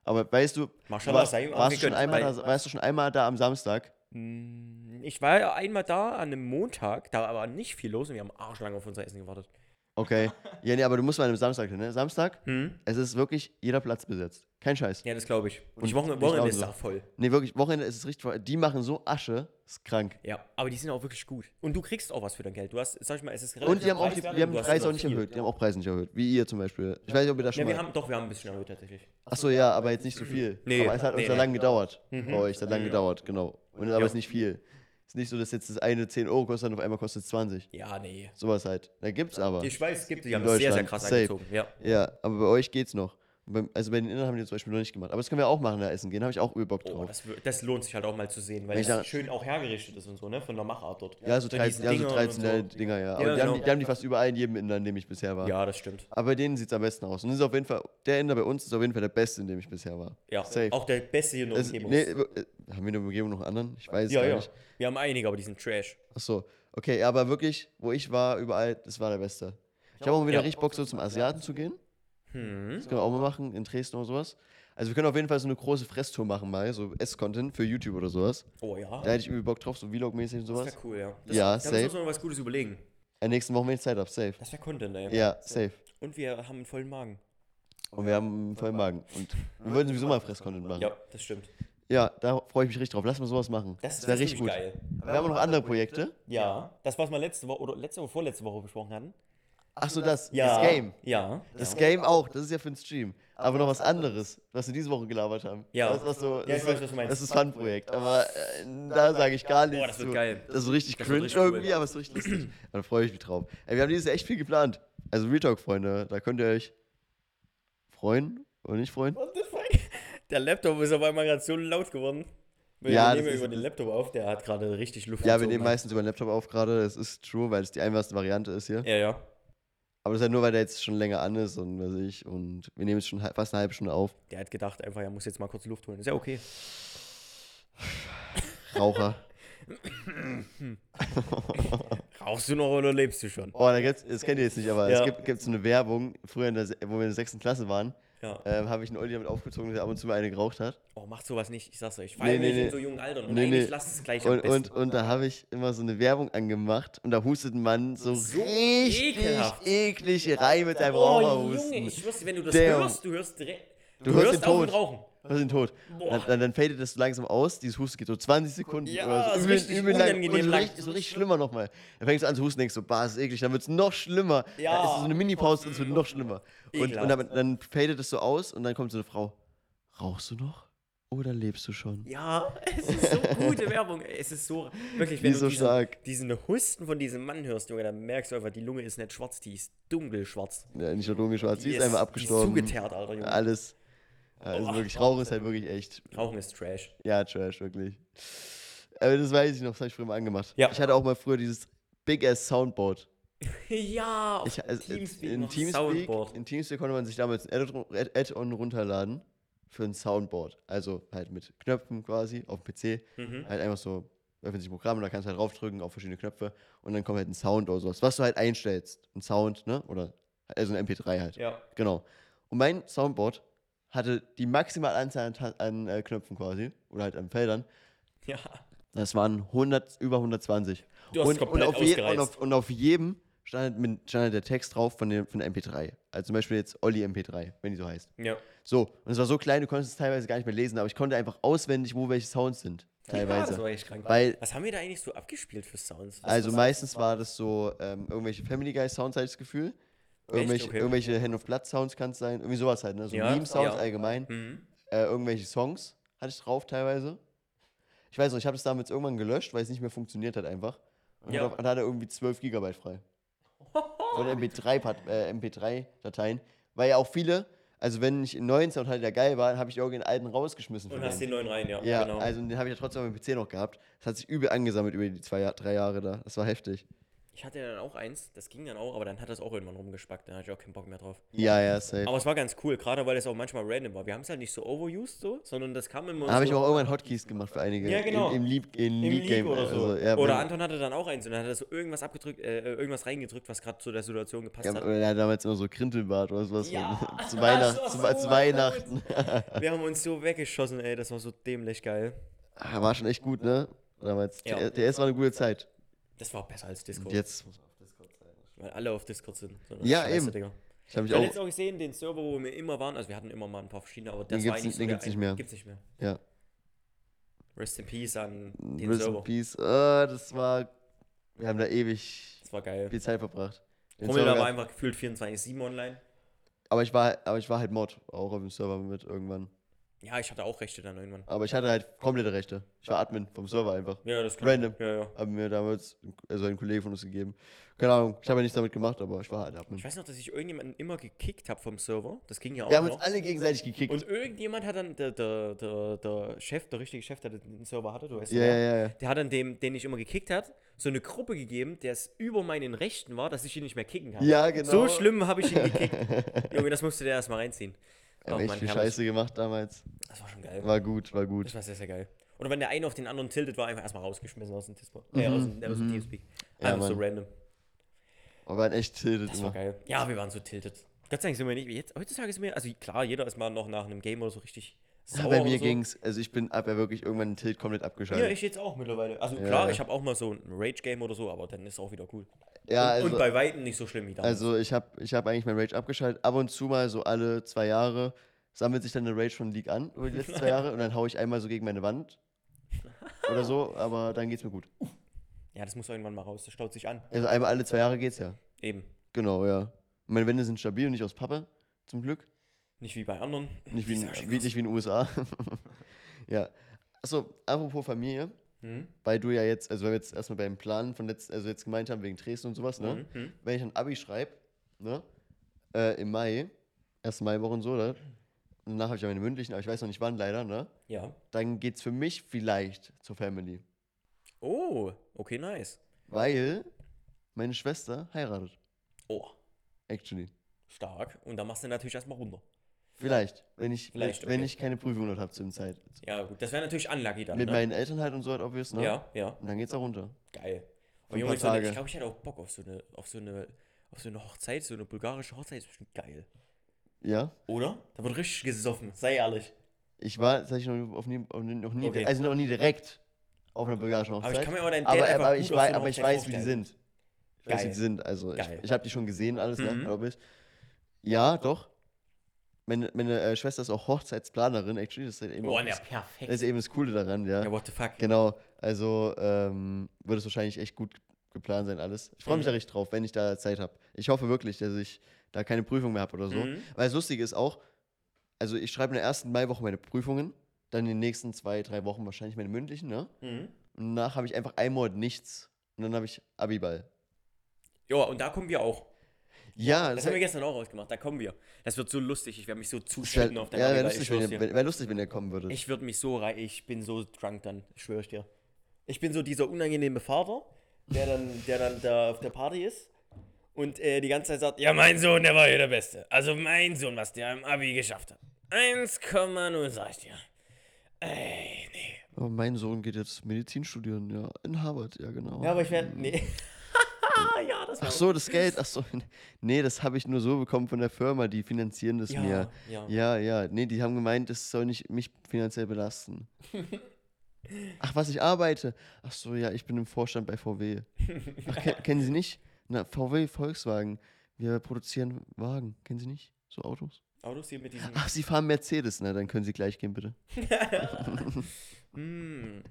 Speaker 1: Aber weißt du, du
Speaker 2: Mashallah,
Speaker 1: warst,
Speaker 2: sei ihm auch
Speaker 1: warst, du schon
Speaker 2: gegönnt,
Speaker 1: einmal
Speaker 2: weil-
Speaker 1: da, warst du schon einmal da am Samstag?
Speaker 2: Mm, Ich war ja einmal da an einem Montag, da war nicht viel los und wir haben arschlange auf unser Essen gewartet.
Speaker 1: Okay. Ja, nee, aber du musst mal an einem Samstag hin, ne? Samstag,
Speaker 2: Hm?
Speaker 1: es ist wirklich jeder Platz besetzt. Kein Scheiß.
Speaker 2: Ja, das glaube ich. Und
Speaker 1: Ich-
Speaker 2: ich Wochenende,
Speaker 1: ich
Speaker 2: Wochenende
Speaker 1: glaube
Speaker 2: ist
Speaker 1: so.
Speaker 2: da voll.
Speaker 1: Nee, wirklich, Wochenende ist es richtig voll. Die machen so Asche, ist krank.
Speaker 2: Ja, aber die sind auch wirklich gut. Und du kriegst auch was für dein Geld. Du hast, sag ich mal, es ist
Speaker 1: Und die haben auch die,
Speaker 2: preiswert
Speaker 1: die haben
Speaker 2: und
Speaker 1: den
Speaker 2: du hast
Speaker 1: Preis auch
Speaker 2: immer
Speaker 1: nicht
Speaker 2: viel.
Speaker 1: erhöht. Die haben auch Preise nicht erhöht. Wie ihr zum Beispiel. Ich weiß nicht, ob ihr das
Speaker 2: Ja,
Speaker 1: schon
Speaker 2: wir
Speaker 1: mal.
Speaker 2: haben, doch, wir haben ein bisschen erhöht tatsächlich.
Speaker 1: Achso, ja, aber jetzt nicht so viel.
Speaker 2: Nee.
Speaker 1: aber es hat uns
Speaker 2: Nee, Mhm.
Speaker 1: da
Speaker 2: nee.
Speaker 1: lang gedauert. Bei euch, da lang gedauert, genau. Und aber es ist nicht viel. Es ist nicht so, dass jetzt das eine 10 Euro kostet und auf einmal kostet es 20.
Speaker 2: Ja, nee.
Speaker 1: Sowas halt. Da gibt's aber.
Speaker 2: Ich weiß, es gibt die haben
Speaker 1: In
Speaker 2: sehr, sehr
Speaker 1: Deutschland.
Speaker 2: krass
Speaker 1: Safe.
Speaker 2: angezogen. Ja.
Speaker 1: Ja, aber bei euch geht's noch. Und beim- Also bei den Innern haben die das zum Beispiel noch nicht gemacht. Aber das können wir auch machen, da essen gehen. Da habe ich auch übel Bock
Speaker 2: Oh,
Speaker 1: drauf.
Speaker 2: das, wür- das lohnt sich halt auch mal zu sehen, weil
Speaker 1: Ich
Speaker 2: es
Speaker 1: sag-
Speaker 2: schön auch hergerichtet ist und so, ne? Von der Machart dort.
Speaker 1: ja, so,
Speaker 2: diesen
Speaker 1: 13, ja, so
Speaker 2: Dingern und
Speaker 1: 13 Dinger, ja. Aber die,
Speaker 2: genau.
Speaker 1: haben die, die haben die fast überall in jedem Inder, in dem ich bisher war.
Speaker 2: so. Ja, das stimmt.
Speaker 1: Aber bei denen sieht es am besten aus. Und das ist auf jeden Fall, der Inder bei uns ist auf jeden Fall der beste, in dem ich bisher war.
Speaker 2: Ja,
Speaker 1: Safe.
Speaker 2: auch der beste hier in der
Speaker 1: Es-
Speaker 2: Umgebung.
Speaker 1: nee, äh, haben wir in der Umgebung noch einen anderen? Ich weiß es
Speaker 2: ja,
Speaker 1: gar
Speaker 2: ja.
Speaker 1: nicht.
Speaker 2: Wir haben einige, aber die sind trash.
Speaker 1: Achso. Okay, aber wirklich, wo ich war, überall, das war der beste. Ich habe auch mal wieder
Speaker 2: Ja.
Speaker 1: richtig Bock, so zum Asiaten zu gehen.
Speaker 2: Hm.
Speaker 1: Das können wir auch mal machen, in Dresden oder sowas. Also wir können auf jeden Fall so eine große Fresstour machen mal, so Ess-Content für YouTube oder sowas.
Speaker 2: Oh ja.
Speaker 1: Da hätte ich übel Bock drauf, so Vlog-mäßig und
Speaker 2: das
Speaker 1: sowas.
Speaker 2: wäre cool, ja.
Speaker 1: Ja,
Speaker 2: da
Speaker 1: safe.
Speaker 2: müssen wir noch was Gutes überlegen.
Speaker 1: Äh, nächsten Wochen, wenn ich Zeit habe, safe.
Speaker 2: Das wäre Content, ey.
Speaker 1: Ja, safe.
Speaker 2: Und wir haben einen vollen Magen.
Speaker 1: Und wir haben einen vollen Magen. Und wir wollten sowieso mal Fress-Content machen.
Speaker 2: Ja, das stimmt.
Speaker 1: Ja, da freue ich mich richtig drauf. Lass mal sowas machen.
Speaker 2: Das, das,
Speaker 1: wär
Speaker 2: ist richtig geil.
Speaker 1: Hab Wir haben noch andere Projekte.
Speaker 2: Ja. Das, was wir letzte Woche oder letzte oder vorletzte Woche besprochen hatten.
Speaker 1: Achso, das.
Speaker 2: Ja.
Speaker 1: Das Game.
Speaker 2: Ja.
Speaker 1: Das Game auch, das ist ja für den Stream. Aber noch was anderes, was wir diese Woche gelabert haben.
Speaker 2: Ja.
Speaker 1: Das, was so, das,
Speaker 2: Ja, ich weiß,
Speaker 1: ist-
Speaker 2: was du meinst.
Speaker 1: das ist Fun-Projekt, aber äh, da sage ich gar nichts.
Speaker 2: das wird
Speaker 1: zu.
Speaker 2: geil.
Speaker 1: Das ist so richtig
Speaker 2: Das wird
Speaker 1: cringe
Speaker 2: richtig cool.
Speaker 1: irgendwie, aber es ist richtig lustig. Da freue ich mich drauf. Ey, wir haben dieses Jahr echt viel geplant. Also Real Talk, Freunde, da könnt ihr euch freuen oder nicht freuen.
Speaker 2: What the fuck? Der Laptop ist auf einmal gerade so laut geworden. Wir
Speaker 1: Ja,
Speaker 2: nehmen
Speaker 1: das ist-
Speaker 2: über den Laptop auf, der hat gerade richtig Luft. ne?
Speaker 1: Ja, wir
Speaker 2: gezogen.
Speaker 1: nehmen meistens über den Laptop auf gerade, das ist true, weil es die einfachste Variante ist hier.
Speaker 2: Ja, ja.
Speaker 1: Aber das ist ja nur, weil der jetzt schon länger an ist und weiß ich. Und wir nehmen es schon hal- fast eine halbe Stunde auf.
Speaker 2: Der hat gedacht, einfach, er muss jetzt mal kurz Luft holen. Ist ja okay.
Speaker 1: Raucher.
Speaker 2: Rauchst du noch oder lebst du schon?
Speaker 1: Oh, da gibt's, das kennt ihr jetzt nicht, aber
Speaker 2: Ja.
Speaker 1: es gibt, gibt so eine Werbung, früher, in der, Se- wo wir in der sechsten Klasse waren,
Speaker 2: Ja.
Speaker 1: ähm, habe ich einen Olli damit aufgezogen, der ab und zu mal eine geraucht hat.
Speaker 2: Oh, mach sowas nicht, ich sag's euch. Vor allem
Speaker 1: Nee, nee,
Speaker 2: nicht in
Speaker 1: nee.
Speaker 2: so jungen Altern. Und
Speaker 1: Nee,
Speaker 2: eigentlich
Speaker 1: nee.
Speaker 2: lasst es gleich am
Speaker 1: Und,
Speaker 2: besten.
Speaker 1: und, und da habe ich immer so eine Werbung angemacht und da hustet man so,
Speaker 2: So
Speaker 1: richtig
Speaker 2: ekelhaft.
Speaker 1: eklig rein mit deinem
Speaker 2: oh, Junge,
Speaker 1: Raucherhusten.
Speaker 2: ich schwör's dir, wenn du das
Speaker 1: Damn.
Speaker 2: hörst, du hörst direkt.
Speaker 1: Du hörst den
Speaker 2: auf mit
Speaker 1: Tod.
Speaker 2: Rauchen.
Speaker 1: Was sind tot? Dann, dann, dann fadet das so langsam aus, dieses Husten geht so 20 Sekunden.
Speaker 2: Ja,
Speaker 1: oder so.
Speaker 2: ist richtig
Speaker 1: und
Speaker 2: unangenehm
Speaker 1: so
Speaker 2: lang.
Speaker 1: richtig, so richtig schlimmer nochmal. Dann fängst du an zu husten, denkst du, bah, ist eklig, dann wird es noch schlimmer.
Speaker 2: Ja.
Speaker 1: Dann ist so eine Mini-Pause und es wird noch schlimmer. Und, und
Speaker 2: Ekelhaft.
Speaker 1: dann, dann fadet das so aus und dann kommt so eine Frau, rauchst du noch oder lebst du schon?
Speaker 2: Ja, es ist so gute Werbung. ey. Es ist so, wirklich,
Speaker 1: Wie
Speaker 2: wenn du
Speaker 1: so
Speaker 2: diesen,
Speaker 1: stark.
Speaker 2: diesen Husten von diesem Mann hörst, Junge, dann merkst du einfach, die Lunge ist nicht schwarz, die ist dunkelschwarz.
Speaker 1: Ja, nicht nur dunkelschwarz, die ist
Speaker 2: einfach
Speaker 1: einfach abgestorben.
Speaker 2: Die ist zugeteert, Alter, Junge.
Speaker 1: Alles. Ja, Also wirklich, Rauchen ist halt wirklich echt.
Speaker 2: Rauchen ist Trash.
Speaker 1: Ja, Trash, wirklich. Aber das weiß ich noch, das habe ich früher mal angemacht.
Speaker 2: Ja.
Speaker 1: Ich hatte auch mal früher dieses Big-Ass Soundboard.
Speaker 2: ja, auf
Speaker 1: Ich, also,
Speaker 2: Teamspeak
Speaker 1: in,
Speaker 2: noch
Speaker 1: Teamspeak,
Speaker 2: Soundboard.
Speaker 1: in Teamspeak konnte man sich damals ein Add- Add- Add-on runterladen für ein Soundboard. Also halt mit Knöpfen quasi auf dem PC.
Speaker 2: Mhm.
Speaker 1: Halt einfach so, öffnet sich ein Programm und da kannst du halt draufdrücken auf verschiedene Knöpfe und dann kommt halt ein Sound oder sowas, was du halt einstellst. Ein Sound, ne? Oder also ein MP3 halt.
Speaker 2: Ja.
Speaker 1: Genau. Und mein Soundboard hatte die maximale Anzahl an, Ta- an äh, Knöpfen quasi oder halt an Feldern.
Speaker 2: Ja.
Speaker 1: Das waren 100, über 120.
Speaker 2: Du hast
Speaker 1: und, und,
Speaker 2: komplett
Speaker 1: auf je, und,
Speaker 2: ausgereizt.
Speaker 1: auf, und auf jedem stand, mit, stand halt der Text drauf von, dem, von der MP3. Also zum Beispiel jetzt Olli MP3, wenn die so heißt.
Speaker 2: Ja.
Speaker 1: So, und es war so klein, du konntest es teilweise gar nicht mehr lesen, aber ich konnte einfach auswendig, wo welche Sounds sind.
Speaker 2: ja,
Speaker 1: Teilweise.
Speaker 2: das war echt krank.
Speaker 1: Weil-
Speaker 2: Was haben wir da eigentlich so abgespielt für Sounds? Was-
Speaker 1: also
Speaker 2: was-
Speaker 1: meistens war das so ähm, irgendwelche Family Guy Sounds, hatte ich das Gefühl. Irgendwelche,
Speaker 2: Okay.
Speaker 1: irgendwelche Hand of Blood Sounds kann es sein. Irgendwie sowas halt, ne? So
Speaker 2: Ja,
Speaker 1: Meme-Sounds
Speaker 2: ja.
Speaker 1: allgemein.
Speaker 2: Mhm.
Speaker 1: äh, irgendwelche Songs hatte ich drauf teilweise. Ich weiß noch, ich habe das damals irgendwann gelöscht, weil es nicht mehr funktioniert hat einfach. Und
Speaker 2: Ja.
Speaker 1: ja. dann hat er irgendwie 12 Gigabyte frei. Von MP3-Dateien. Äh, MP3 -Dateien. weil ja auch viele, also wenn ich in 19 und halt der geil war, habe ich irgendwie den alten rausgeschmissen.
Speaker 2: Und
Speaker 1: von
Speaker 2: hast den
Speaker 1: denen.
Speaker 2: neuen rein, ja.
Speaker 1: ja,
Speaker 2: genau.
Speaker 1: also den habe ich ja trotzdem auf dem PC noch gehabt. Das hat sich übel angesammelt über die zwei, Jahr- drei Jahre da. Das war heftig.
Speaker 2: ich hatte ja dann auch eins, das ging dann auch, aber dann hat das auch irgendwann rumgespackt, da hatte ich auch keinen Bock mehr drauf.
Speaker 1: Ja, ja, safe.
Speaker 2: Aber es war ganz cool, gerade weil es auch manchmal random war. Wir haben es halt nicht so overused so, sondern das kam immer
Speaker 1: Da habe ich
Speaker 2: so
Speaker 1: auch irgendwann Hotkeys gemacht für einige.
Speaker 2: Ja, genau.
Speaker 1: Im, im League, im
Speaker 2: im
Speaker 1: League
Speaker 2: League
Speaker 1: Game.
Speaker 2: oder so.
Speaker 1: Also, ja,
Speaker 2: oder
Speaker 1: wenn-
Speaker 2: Anton hatte dann auch eins und dann hat er so irgendwas abgedrückt, äh, irgendwas reingedrückt, was gerade zu der Situation gepasst
Speaker 1: Ja,
Speaker 2: hat.
Speaker 1: oder er hat damals immer so Krintelbart oder sowas.
Speaker 2: Ja,
Speaker 1: Ja. zu,
Speaker 2: das
Speaker 1: Weihnacht, zu,
Speaker 2: war so oh,
Speaker 1: zu Weihnachten.
Speaker 2: Wir haben uns so weggeschossen, ey, das war so dämlich geil.
Speaker 1: Ah, war schon echt gut, ne? Damals.
Speaker 2: Ja.
Speaker 1: Ja. DS war eine gute Zeit.
Speaker 2: Das war besser als Discord,
Speaker 1: Und jetzt.
Speaker 2: weil alle auf Discord sind. So eine
Speaker 1: Ja,
Speaker 2: Scheiße,
Speaker 1: eben.
Speaker 2: Digga.
Speaker 1: Ich habe mich
Speaker 2: Ich habe jetzt
Speaker 1: auch.
Speaker 2: auch gesehen, den Server, wo wir immer waren, also wir hatten immer mal ein paar verschiedene, aber das
Speaker 1: Den
Speaker 2: war
Speaker 1: gibt's nicht-
Speaker 2: eigentlich
Speaker 1: den
Speaker 2: der
Speaker 1: gibt's nicht
Speaker 2: ein-
Speaker 1: mehr.
Speaker 2: Gibt's nicht mehr.
Speaker 1: Ja.
Speaker 2: Rest in Peace an den
Speaker 1: Rest in
Speaker 2: Server.
Speaker 1: Peace. Ah, das war. Wir haben da ewig
Speaker 2: Das war geil.
Speaker 1: viel Zeit verbracht. Den
Speaker 2: Rummel
Speaker 1: Server
Speaker 2: war
Speaker 1: gab's-
Speaker 2: einfach gefühlt 24-7 online.
Speaker 1: aber, ich war, aber ich war halt Mod, auch auf dem Server mit irgendwann.
Speaker 2: Ja, ich hatte auch Rechte dann irgendwann.
Speaker 1: Aber ich hatte halt komplette Rechte. Ich war Admin vom Server einfach.
Speaker 2: Ja, das kann
Speaker 1: Random.
Speaker 2: Ja, ja.
Speaker 1: Haben mir damals, also ein Kollege von uns gegeben. Keine Ahnung, ich habe ja nichts damit gemacht, aber ich war halt Admin.
Speaker 2: Ich weiß noch, dass ich irgendjemanden immer gekickt habe vom Server. Das ging ja auch
Speaker 1: Wir haben uns
Speaker 2: noch.
Speaker 1: alle gegenseitig gekickt.
Speaker 2: Und irgendjemand hat dann, der, der, der, der Chef, der richtige Chef, der den Server hatte, du weißt
Speaker 1: ja, ja,
Speaker 2: wer,
Speaker 1: ja, ja.
Speaker 2: der hat dann dem, den ich immer gekickt hat, so eine Gruppe gegeben, der es über meinen Rechten war, dass ich ihn nicht mehr kicken kann.
Speaker 1: Ja, genau.
Speaker 2: So schlimm habe ich ihn gekickt. Junge, das musste der erstmal reinziehen.
Speaker 1: Wir haben
Speaker 2: Ach,
Speaker 1: echt
Speaker 2: Mann,
Speaker 1: viel
Speaker 2: herrlich.
Speaker 1: Scheiße gemacht damals.
Speaker 2: Das war schon geil.
Speaker 1: War gut, war gut.
Speaker 2: Das war sehr, sehr geil. Oder wenn der eine auf den anderen tiltet, war einfach erstmal rausgeschmissen aus dem Discord. Äh, aus dem, aus dem Teamspeak.
Speaker 1: Mhm, Ja,
Speaker 2: Einfach so
Speaker 1: Mann.
Speaker 2: random.
Speaker 1: Aber waren echt tiltet
Speaker 2: Das war
Speaker 1: immer.
Speaker 2: geil. Ja, wir waren so tiltet. Gott sei Dank sind wir nicht. Jetzt, heutzutage sind wir, also klar, jeder ist mal noch nach einem Game oder so richtig sauer.
Speaker 1: Ja, bei mir
Speaker 2: oder so.
Speaker 1: ging's, also ich bin ab ja wirklich irgendwann den Tilt komplett
Speaker 2: Ja,
Speaker 1: abgeschaltet.
Speaker 2: ich jetzt auch mittlerweile. Also
Speaker 1: Ja,
Speaker 2: klar,
Speaker 1: ja.
Speaker 2: ich habe auch mal so ein Rage-Game oder so, aber dann ist auch wieder cool.
Speaker 1: Ja,
Speaker 2: und, und
Speaker 1: also,
Speaker 2: bei Weitem nicht so schlimm wie damals.
Speaker 1: also ich habe ich hab eigentlich mein Rage abgeschaltet. Ab und zu mal so alle zwei Jahre sammelt sich dann eine Rage von League an über die letzten zwei Jahre und dann hau ich einmal so gegen meine Wand. oder so, aber dann geht's mir gut.
Speaker 2: Ja, das muss irgendwann mal raus. Das staut sich an.
Speaker 1: Also einmal alle zwei Jahre geht's ja.
Speaker 2: Eben.
Speaker 1: Genau, ja. Meine Wände sind stabil und nicht aus Pappe, zum Glück.
Speaker 2: Nicht wie bei anderen.
Speaker 1: Nicht wie, in,
Speaker 2: Sag ich
Speaker 1: wie,
Speaker 2: was.
Speaker 1: nicht wie in den USA. ja. Achso, apropos Familie,
Speaker 2: Hm?
Speaker 1: weil du ja jetzt, also wenn wir jetzt erstmal beim Plan von letzt, also jetzt gemeint haben wegen Dresden und sowas, ne?
Speaker 2: Mhm. Hm?
Speaker 1: Wenn ich ein Abi schreibe, ne? Äh, Im Mai, 1. Maiwoche und so, oder? Danach habe ich ja meine mündlichen, aber ich weiß noch nicht wann leider, ne?
Speaker 2: Ja.
Speaker 1: Dann geht's für mich vielleicht zur Family.
Speaker 2: Oh, okay, nice.
Speaker 1: Weil meine Schwester heiratet.
Speaker 2: Oh,
Speaker 1: Actually.
Speaker 2: stark. Und dann machst du natürlich erstmal runter.
Speaker 1: Vielleicht. Wenn ich,
Speaker 2: Vielleicht,
Speaker 1: wenn
Speaker 2: okay.
Speaker 1: ich keine Prüfungen dort habe zu dem Zeit.
Speaker 2: Ja, gut. Das wäre natürlich unlucky dann.
Speaker 1: Mit
Speaker 2: ne?
Speaker 1: meinen Eltern halt und so halt, obvious, ne?
Speaker 2: Ja, ja.
Speaker 1: Und dann geht's auch runter. ein
Speaker 2: Geil. Aber Junge,
Speaker 1: paar
Speaker 2: so eine,
Speaker 1: Tage.
Speaker 2: ich glaube, ich hätte auch Bock auf so eine, auf so eine, auf so eine Hochzeit, so eine bulgarische Hochzeit, ist bestimmt geil.
Speaker 1: Ja?
Speaker 2: Oder? Da wird richtig gesoffen, sei ehrlich.
Speaker 1: Ich war tatsächlich noch, auf nie, auf nie, noch nie,
Speaker 2: Okay.
Speaker 1: also noch nie direkt auf einer bulgarischen
Speaker 2: Aber
Speaker 1: Hochzeit.
Speaker 2: ich kann mir aber deinen Dad
Speaker 1: aber,
Speaker 2: einfach
Speaker 1: aber
Speaker 2: gut
Speaker 1: ich,
Speaker 2: auf so
Speaker 1: weiß,
Speaker 2: einer
Speaker 1: aber ich
Speaker 2: Hochzeit
Speaker 1: weiß, wie die
Speaker 2: vorstellen.
Speaker 1: sind. Ich weiß, wie
Speaker 2: Geil.
Speaker 1: die sind. Also ich,
Speaker 2: Geil.
Speaker 1: ich habe die schon gesehen, alles,
Speaker 2: Mhm.
Speaker 1: ne? Aber bis- Ja, doch. Meine, meine äh, Schwester ist auch Hochzeitsplanerin, actually. Das ist halt eben,
Speaker 2: Oh,
Speaker 1: auch
Speaker 2: na,
Speaker 1: das,
Speaker 2: perfekt.
Speaker 1: das ist eben das Coole daran, ja.
Speaker 2: ja, what the fuck.
Speaker 1: Genau, also ähm, wird es wahrscheinlich echt gut geplant sein, alles. Ich freue mich
Speaker 2: Mhm.
Speaker 1: da richtig drauf, wenn ich da Zeit habe. Ich hoffe wirklich, dass ich da keine Prüfung mehr habe oder so.
Speaker 2: Mhm.
Speaker 1: Weil das Lustige ist auch, also ich schreibe in der ersten Maiwoche meine Prüfungen, dann in den nächsten zwei, drei Wochen wahrscheinlich meine mündlichen, ne?
Speaker 2: Mhm.
Speaker 1: Und danach habe ich einfach einen Monat nichts. Und dann habe ich Abiball.
Speaker 2: Ja, und da kommen wir auch.
Speaker 1: Ja,
Speaker 2: Das
Speaker 1: das,
Speaker 2: haben wir
Speaker 1: wär-
Speaker 2: gestern auch ausgemacht, da kommen wir. Das wird so lustig, ich werde mich so
Speaker 1: das wäre
Speaker 2: zuschütten auf
Speaker 1: ja,
Speaker 2: dein
Speaker 1: wär
Speaker 2: Abi,
Speaker 1: lustig,
Speaker 2: ich
Speaker 1: wenn
Speaker 2: schwör's
Speaker 1: ihr-
Speaker 2: dir.
Speaker 1: wär- wär lustig, wenn ihr kommen würdet.
Speaker 2: Ich würde mich so rei, ich bin so drunk dann, schwöre ich dir. Ich bin so dieser unangenehme Vater, der dann, der dann da auf der Party ist und äh, die ganze Zeit sagt, ja, mein Sohn, der war hier der Beste. Also mein Sohn, was der im Abi geschafft hat. 1,0, sag ich dir. Ey, nee.
Speaker 1: Aber mein Sohn geht jetzt Medizin studieren, ja. In Harvard, ja, genau.
Speaker 2: Ja, aber ich werde, nee. ja, das war
Speaker 1: Ach so, das Geld. Ach so. Nee, das habe ich nur so bekommen von der Firma, die finanzieren das
Speaker 2: Ja,
Speaker 1: mir.
Speaker 2: ja.
Speaker 1: ja, ja. Nee, die haben gemeint, das soll nicht mich finanziell belasten. Ach, was ich arbeite. Ach so, ja, ich bin im Vorstand bei VW. Ach, ke kennen Sie nicht? Na, VW Volkswagen. Wir produzieren Wagen. Kennen Sie nicht? So Autos.
Speaker 2: Autos hier mit diesem.
Speaker 1: Ach, Sie fahren Mercedes. Na, dann können Sie gleich gehen, bitte.
Speaker 2: Mm,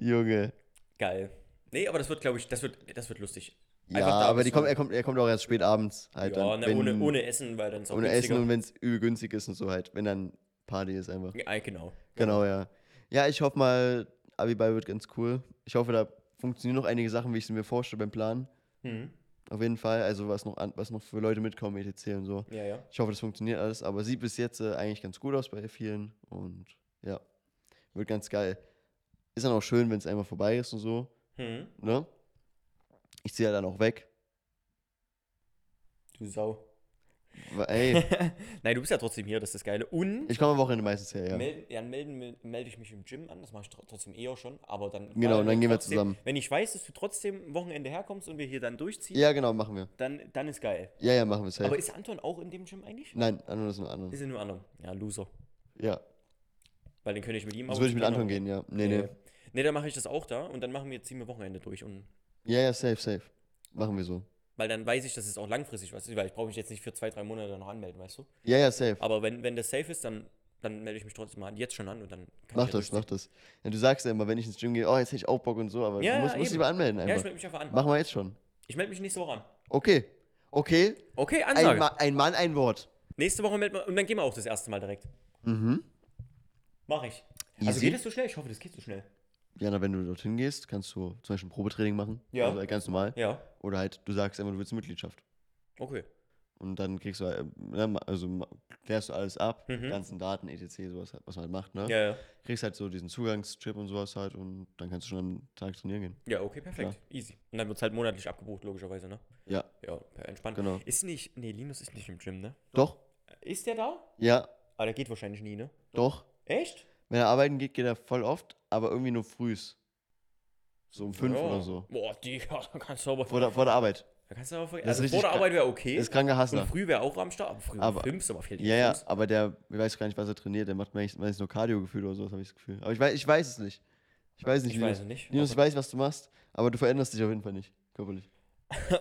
Speaker 1: Junge.
Speaker 2: geil. Nee, aber das wird, glaube ich, das wird, das wird lustig.
Speaker 1: Ja,
Speaker 2: da
Speaker 1: aber
Speaker 2: bist
Speaker 1: die
Speaker 2: du-
Speaker 1: kommt, er, kommt, er kommt auch erst spät abends. Halt
Speaker 2: Ja,
Speaker 1: dann,
Speaker 2: ne,
Speaker 1: wenn-
Speaker 2: ohne, ohne Essen, weil dann ist auch
Speaker 1: ohne Essen
Speaker 2: günstiger.
Speaker 1: und wenn es übel günstig ist und so halt. Wenn dann Party ist einfach.
Speaker 2: Ja, genau.
Speaker 1: Genau, ja. Ja, ich hoffe mal, Abiball wird ganz cool. Ich hoffe, da funktionieren noch einige Sachen, wie ich es mir vorstelle beim Planen.
Speaker 2: Mhm.
Speaker 1: Auf jeden Fall, also was noch, an, was noch für Leute mitkommen, etc. und so.
Speaker 2: Ja, ja.
Speaker 1: Ich hoffe, das funktioniert alles, aber sieht bis jetzt äh, eigentlich ganz gut aus bei vielen und ja, wird ganz geil. Ist dann auch schön, wenn es einmal vorbei ist und so,
Speaker 2: Mhm.
Speaker 1: ne? Ich ziehe ja dann auch weg.
Speaker 2: Du Sau.
Speaker 1: Weil, ey,
Speaker 2: Nein, du bist ja trotzdem hier, das ist das Geile. Und
Speaker 1: ich komme am Wochenende meistens her, ja.
Speaker 2: melden, ja, melden, mel- melde ich mich im Gym an, das mache ich tr- trotzdem eher schon, aber dann.
Speaker 1: Genau, und dann gehen wir
Speaker 2: trotzdem,
Speaker 1: zusammen.
Speaker 2: Wenn ich weiß, dass du trotzdem am Wochenende herkommst und wir hier dann durchziehen,
Speaker 1: Ja, genau, machen wir.
Speaker 2: dann, dann ist geil.
Speaker 1: Ja, ja, machen wir safe.
Speaker 2: Aber ist Anton auch in dem Gym eigentlich?
Speaker 1: Nein, anderen ist ein anderen.
Speaker 2: Ist er nur Anton? Ja, Loser.
Speaker 1: Ja,
Speaker 2: Weil dann könnte ich mit ihm
Speaker 1: das
Speaker 2: auch
Speaker 1: würde ich mit
Speaker 2: zum
Speaker 1: Anton
Speaker 2: Gehen
Speaker 1: gehen, ja.
Speaker 2: auch.
Speaker 1: Nee, nee.
Speaker 2: Nee, dann mache ich das auch da und dann machen wir, ziehen wir Wochenende durch. Und,
Speaker 1: Ja, ja, safe, safe. Machen wir so.
Speaker 2: weil dann weiß ich, dass es auch langfristig was ist, weil ich brauche mich jetzt nicht für zwei, drei Monate noch anmelden, weißt du?
Speaker 1: Ja, ja, safe.
Speaker 2: Aber wenn, wenn das safe ist, dann, dann melde ich mich trotzdem mal jetzt schon an und dann kann
Speaker 1: Mach
Speaker 2: ich
Speaker 1: das, mach
Speaker 2: durchziehen.
Speaker 1: das. Ja, du sagst ja immer, wenn ich ins Gym gehe, oh, jetzt hätte ich auch Bock und so, aber
Speaker 2: Ja,
Speaker 1: du musst,
Speaker 2: ja,
Speaker 1: musst dich
Speaker 2: eben.
Speaker 1: mal anmelden
Speaker 2: Ja, ich
Speaker 1: einfach.
Speaker 2: melde mich einfach an.
Speaker 1: Machen wir jetzt schon.
Speaker 2: Ich melde mich nächste Woche an.
Speaker 1: Okay, okay.
Speaker 2: Okay, Ansage.
Speaker 1: Ein, Ma ein Mann, ein Wort.
Speaker 2: Nächste Woche melden wir und dann gehen wir auch das erste Mal direkt.
Speaker 1: Mhm.
Speaker 2: Mach ich.
Speaker 1: Easy.
Speaker 2: Also geht das so schnell? Ich hoffe, das geht so schnell.
Speaker 1: Ja, na, wenn du dorthin gehst, kannst du zum Beispiel ein Probetraining machen.
Speaker 2: Ja.
Speaker 1: Also ganz normal.
Speaker 2: Ja.
Speaker 1: Oder halt, du sagst einfach, du willst eine Mitgliedschaft.
Speaker 2: Okay.
Speaker 1: Und dann kriegst du, halt, ne, ma- also ma- klärst du alles ab,
Speaker 2: Mhm.
Speaker 1: ganzen Daten, etc., sowas, halt, was man halt macht, ne?
Speaker 2: Ja, ja.
Speaker 1: Kriegst halt so diesen Zugangschip und sowas halt und dann kannst du schon am Tag trainieren gehen.
Speaker 2: Ja, okay, perfekt. Easy. Und dann wird es halt monatlich abgebucht, logischerweise, ne?
Speaker 1: Ja,
Speaker 2: Ja, per- entspannt.
Speaker 1: Genau.
Speaker 2: Ist nicht. Nee, Linus ist nicht im Gym, ne?
Speaker 1: doch,
Speaker 2: Ist der da?
Speaker 1: ja,
Speaker 2: Ah, der geht wahrscheinlich nie, ne?
Speaker 1: doch.
Speaker 2: Echt?
Speaker 1: Wenn er arbeiten geht, geht er voll oft, aber irgendwie nur frühs. So um fünf
Speaker 2: ja.
Speaker 1: oder so.
Speaker 2: Boah, die, ja, da kannst du aber.
Speaker 1: Vor der, vor der Arbeit.
Speaker 2: Da kannst du aber.
Speaker 1: Das ist
Speaker 2: Also
Speaker 1: richtig
Speaker 2: vor der
Speaker 1: krank.
Speaker 2: Arbeit wäre okay.
Speaker 1: Ist kranker
Speaker 2: und
Speaker 1: Hassler.
Speaker 2: früh wäre auch am Start. Aber früh
Speaker 1: Aber-
Speaker 2: um fünf, aber viel
Speaker 1: Ja, ja, aber der, ich weiß gar nicht, was er trainiert. Der macht meist- meistens nur Cardio-Gefühl oder so, habe ich das Gefühl. Aber ich weiß, ich weiß es nicht. Ich weiß nicht,
Speaker 2: Ich weiß es nicht.
Speaker 1: Linus, ich
Speaker 2: aber-
Speaker 1: weiß, was du machst, aber du veränderst dich auf jeden Fall nicht, körperlich.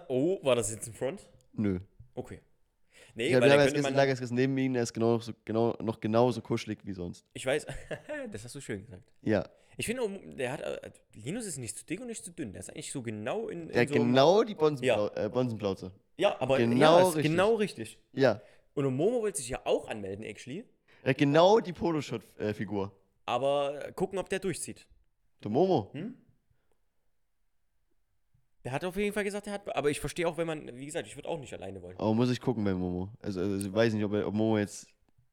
Speaker 2: Oh, war das jetzt in Front?
Speaker 1: Nö.
Speaker 2: Okay. Nee,
Speaker 1: ich hab-
Speaker 2: weil
Speaker 1: wir haben jetzt
Speaker 2: dann könnte man
Speaker 1: gestern
Speaker 2: dann,
Speaker 1: Lagergast gegessen neben ihm, der ist genau so, genau, noch genauso kuschelig wie sonst.
Speaker 2: ich weiß, das hast du schön gesagt.
Speaker 1: Ja,
Speaker 2: Ich finde, um- der hat, äh, Linus ist nicht zu dick und nicht zu dünn. Der ist eigentlich so genau in, in
Speaker 1: der hat
Speaker 2: so
Speaker 1: genau die Bonsenplau äh, Bonsenplauze.
Speaker 2: Ja, aber
Speaker 1: genau
Speaker 2: ja, ist
Speaker 1: richtig.
Speaker 2: genau richtig.
Speaker 1: Ja,
Speaker 2: Und um Momo wollte sich ja auch anmelden, actually.
Speaker 1: der hat genau die Poloshirt-Figur.
Speaker 2: Aber äh, gucken, ob der durchzieht.
Speaker 1: Der Momo.
Speaker 2: Der hat auf jeden Fall gesagt, er hat. Aber ich verstehe auch, wenn man, wie gesagt, ich würde auch nicht alleine wollen.
Speaker 1: Aber muss ich gucken bei Momo. Also, also ich weiß nicht, ob, er, ob Momo jetzt,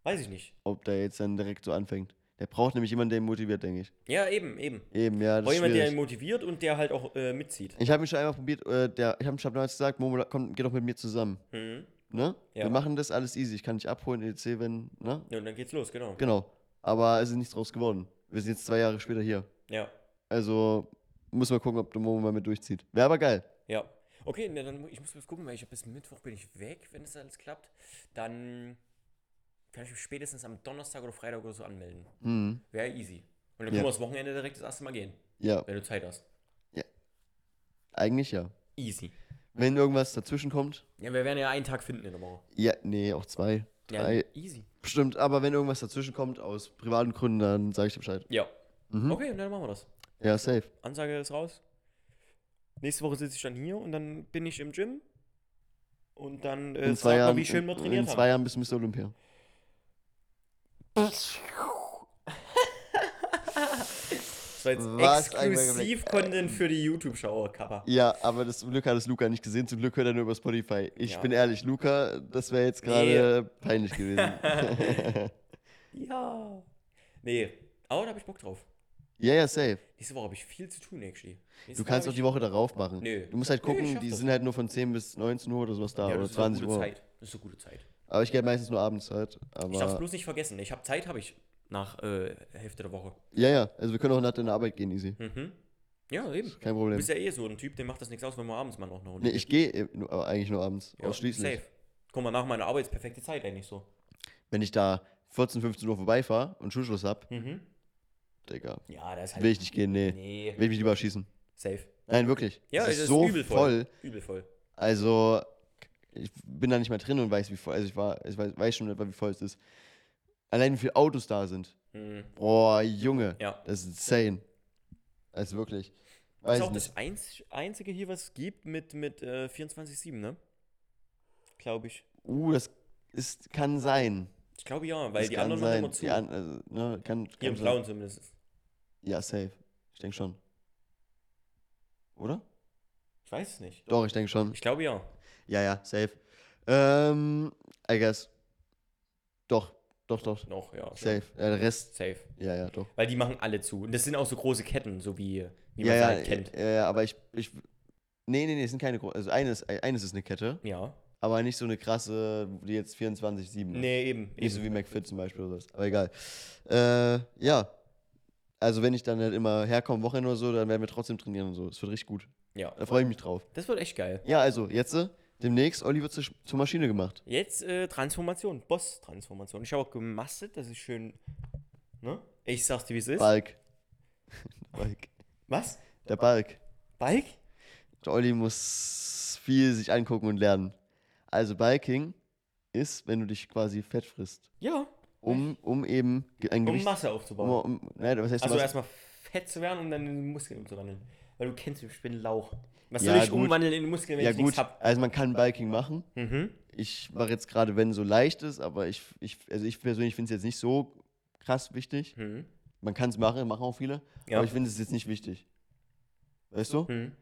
Speaker 2: Weiß ich nicht.
Speaker 1: ob der jetzt dann direkt so anfängt. Der braucht nämlich jemanden, der ihn motiviert, denke ich.
Speaker 2: Ja, eben, eben.
Speaker 1: Eben, ja, das ist
Speaker 2: Braucht jemand, der ihn
Speaker 1: schwierig.
Speaker 2: motiviert und der halt auch äh, mitzieht.
Speaker 1: Ich habe mich schon einmal probiert, äh, der, ich habe schon damals gesagt, Momo, komm, geh doch mit mir zusammen.
Speaker 2: Mhm.
Speaker 1: Ne?
Speaker 2: Ja.
Speaker 1: Wir machen das alles easy. Ich kann dich abholen, EDC, wenn, ne?
Speaker 2: Ja, und dann geht's los, genau.
Speaker 1: Genau. Aber es ist nichts draus geworden. Wir sind jetzt zwei Jahre später hier.
Speaker 2: Ja,
Speaker 1: Also muss mal gucken, ob der Momo mal mit durchzieht. Wäre aber geil.
Speaker 2: ja. Okay, na, dann mu- ich muss bloß gucken, weil ich bis Mittwoch bin ich weg, wenn es alles klappt. Dann kann ich mich spätestens am Donnerstag oder Freitag oder so anmelden.
Speaker 1: Mhm.
Speaker 2: Wäre easy. Und dann
Speaker 1: Ja.
Speaker 2: können wir das Wochenende direkt das erste Mal gehen,
Speaker 1: Ja,
Speaker 2: wenn du Zeit hast.
Speaker 1: eigentlich ja.
Speaker 2: Easy.
Speaker 1: Wenn irgendwas dazwischen kommt,
Speaker 2: Ja, wir werden ja einen Tag finden in der Woche.
Speaker 1: ja, nee, auch zwei, drei,
Speaker 2: Ja, easy.
Speaker 1: bestimmt. Aber wenn irgendwas dazwischen kommt aus privaten Gründen, dann sage ich dir Bescheid.
Speaker 2: Ja.
Speaker 1: Mhm.
Speaker 2: Okay, dann machen wir das.
Speaker 1: Ja, safe.
Speaker 2: Ansage ist raus. Nächste Woche sitze ich dann hier und dann bin ich im Gym. Und dann äh,
Speaker 1: In zwei
Speaker 2: sagt man,
Speaker 1: Jahren,
Speaker 2: wie schön wir
Speaker 1: in-
Speaker 2: trainiert
Speaker 1: in zwei Jahren bist du Mr. Olympia.
Speaker 2: haben. Das war jetzt
Speaker 1: Was ein
Speaker 2: exklusiv
Speaker 1: Überblick.
Speaker 2: Content für die YouTube-Schauer, Kappa.
Speaker 1: Ja, aber das zum Glück hat es Luca nicht gesehen. Zum Glück hört er nur über Spotify. Ich
Speaker 2: Ja.
Speaker 1: bin ehrlich, Luca, das wäre jetzt gerade peinlich gewesen.
Speaker 2: Ja. Nee, aber da habe ich Bock drauf.
Speaker 1: ja, ja, safe.
Speaker 2: Diese Woche habe ich viel zu tun, actually. Nächste
Speaker 1: Du kannst
Speaker 2: Woche
Speaker 1: auch
Speaker 2: hab
Speaker 1: die Woche darauf machen.
Speaker 2: Nö.
Speaker 1: Du musst halt
Speaker 2: Nö, ich
Speaker 1: gucken,
Speaker 2: schaff
Speaker 1: die
Speaker 2: das.
Speaker 1: sind halt nur von 10 bis 19 Uhr oder sowas da
Speaker 2: ich, ja,
Speaker 1: oder
Speaker 2: das ist eine
Speaker 1: 20
Speaker 2: gute
Speaker 1: Uhr.
Speaker 2: Zeit. Das ist eine gute Zeit.
Speaker 1: Aber ich gehe halt meistens nur abends halt.
Speaker 2: Ich darf es
Speaker 1: Aber
Speaker 2: bloß nicht vergessen. Ich habe Zeit, habe ich nach äh, Hälfte der Woche.
Speaker 1: ja, ja, also wir können auch nach deiner Arbeit gehen, easy.
Speaker 2: Mhm. Ja, eben.
Speaker 1: Kein
Speaker 2: Du
Speaker 1: Problem.
Speaker 2: bist ja eh so ein Typ, dem macht das nichts aus, wenn wir abends mal noch eine Runde
Speaker 1: Nee, ich gehe eben nur- aber eigentlich nur abends,
Speaker 2: Ja,
Speaker 1: ausschließlich.
Speaker 2: Safe. Guck mal, nach meiner Arbeit ist perfekte Zeit eigentlich so.
Speaker 1: Wenn ich da 14, 15 Uhr vorbeifahre und Schulschluss hab,
Speaker 2: Mhm.
Speaker 1: Digga,
Speaker 2: Ja, das ist halt.
Speaker 1: will ich nicht gehen, nee.
Speaker 2: Nee,
Speaker 1: Will ich mich lieber schießen.
Speaker 2: safe.
Speaker 1: Nein, wirklich.
Speaker 2: Ja,
Speaker 1: es
Speaker 2: es
Speaker 1: ist, so
Speaker 2: übel voll.
Speaker 1: voll.
Speaker 2: Übel voll.
Speaker 1: Also, ich bin da nicht mehr drin und weiß, wie voll. Also, ich, war, ich weiß, weiß schon etwa, wie voll es ist. Allein, wie viele Autos da sind.
Speaker 2: Mhm.
Speaker 1: Boah, Junge.
Speaker 2: Ja.
Speaker 1: Das ist insane. Also wirklich.
Speaker 2: Das
Speaker 1: Weiß
Speaker 2: ist auch
Speaker 1: nicht.
Speaker 2: das einz einzige hier, was es gibt mit, mit äh, 24-7, ne? Glaube ich.
Speaker 1: Uh, das ist, kann sein.
Speaker 2: Ich glaube ja, weil
Speaker 1: das
Speaker 2: die
Speaker 1: kann
Speaker 2: anderen machen
Speaker 1: sein.
Speaker 2: immer zu.
Speaker 1: Die an, also, ne, kann, kann
Speaker 2: hier im
Speaker 1: sein.
Speaker 2: Blauen zumindest.
Speaker 1: Ja, safe. Ich denke schon. Oder?
Speaker 2: Ich weiß es nicht.
Speaker 1: Doch, ich denke schon.
Speaker 2: Ich glaube ja.
Speaker 1: Ja, ja, safe. Ähm, I guess. Doch, doch, doch.
Speaker 2: Noch, ja.
Speaker 1: Safe. Ja, der Rest,
Speaker 2: Safe.
Speaker 1: ja, ja, doch.
Speaker 2: Weil die machen alle zu. Und das sind auch so große Ketten, so wie,
Speaker 1: Ja,
Speaker 2: wie man sie
Speaker 1: ja,
Speaker 2: halt kennt.
Speaker 1: ja, ja, aber ich, ich, nee, nee, nee, es sind keine, gro- also eines, eines ist eine Kette,
Speaker 2: Ja.
Speaker 1: aber nicht so eine krasse, die jetzt 24-7 ist.
Speaker 2: Nee, eben.
Speaker 1: Nicht
Speaker 2: eben.
Speaker 1: so wie McFit zum Beispiel oder sowas. Aber egal. Äh, ja. Also wenn ich dann halt immer herkomme, Wochenende oder so, dann werden wir trotzdem trainieren und so. Es wird richtig gut.
Speaker 2: Ja.
Speaker 1: Da freue ich mich drauf.
Speaker 2: Das wird echt geil.
Speaker 1: Ja, also jetzt äh, demnächst Olli wird zur, Sch- zur Maschine gemacht.
Speaker 2: Jetzt äh, Transformation, Boss-Transformation. Ich habe auch gemastet, das ist schön. Ne? Ich sag's dir, wie es ist.
Speaker 1: Balk. Balk.
Speaker 2: Was?
Speaker 1: Der Balk.
Speaker 2: Bike?
Speaker 1: Der Olli muss viel sich angucken und lernen. Also Balking ist, wenn du dich quasi fett frisst,
Speaker 2: Ja.
Speaker 1: um, um eben ge- ein
Speaker 2: Um
Speaker 1: Gewicht...
Speaker 2: Masse
Speaker 1: Um,
Speaker 2: aufzubauen.
Speaker 1: um, nein, was heißt
Speaker 2: also
Speaker 1: was?
Speaker 2: erstmal fett zu werden und dann in Muskeln umzuwandeln. Weil du kennst mich, ich bin Lauch. Was
Speaker 1: Ja,
Speaker 2: soll ich
Speaker 1: gut.
Speaker 2: umwandeln in Muskeln, wenn
Speaker 1: Ja
Speaker 2: ich nichts
Speaker 1: gut,
Speaker 2: hab?
Speaker 1: also man kann Balking machen.
Speaker 2: Mhm.
Speaker 1: ich mache jetzt gerade, wenn so leicht ist, aber ich, ich, also ich persönlich finde es jetzt nicht so krass wichtig.
Speaker 2: Mhm.
Speaker 1: Man kann es machen, machen auch viele,
Speaker 2: Ja.
Speaker 1: aber ich finde es jetzt nicht wichtig. Weißt du?
Speaker 2: Mhm.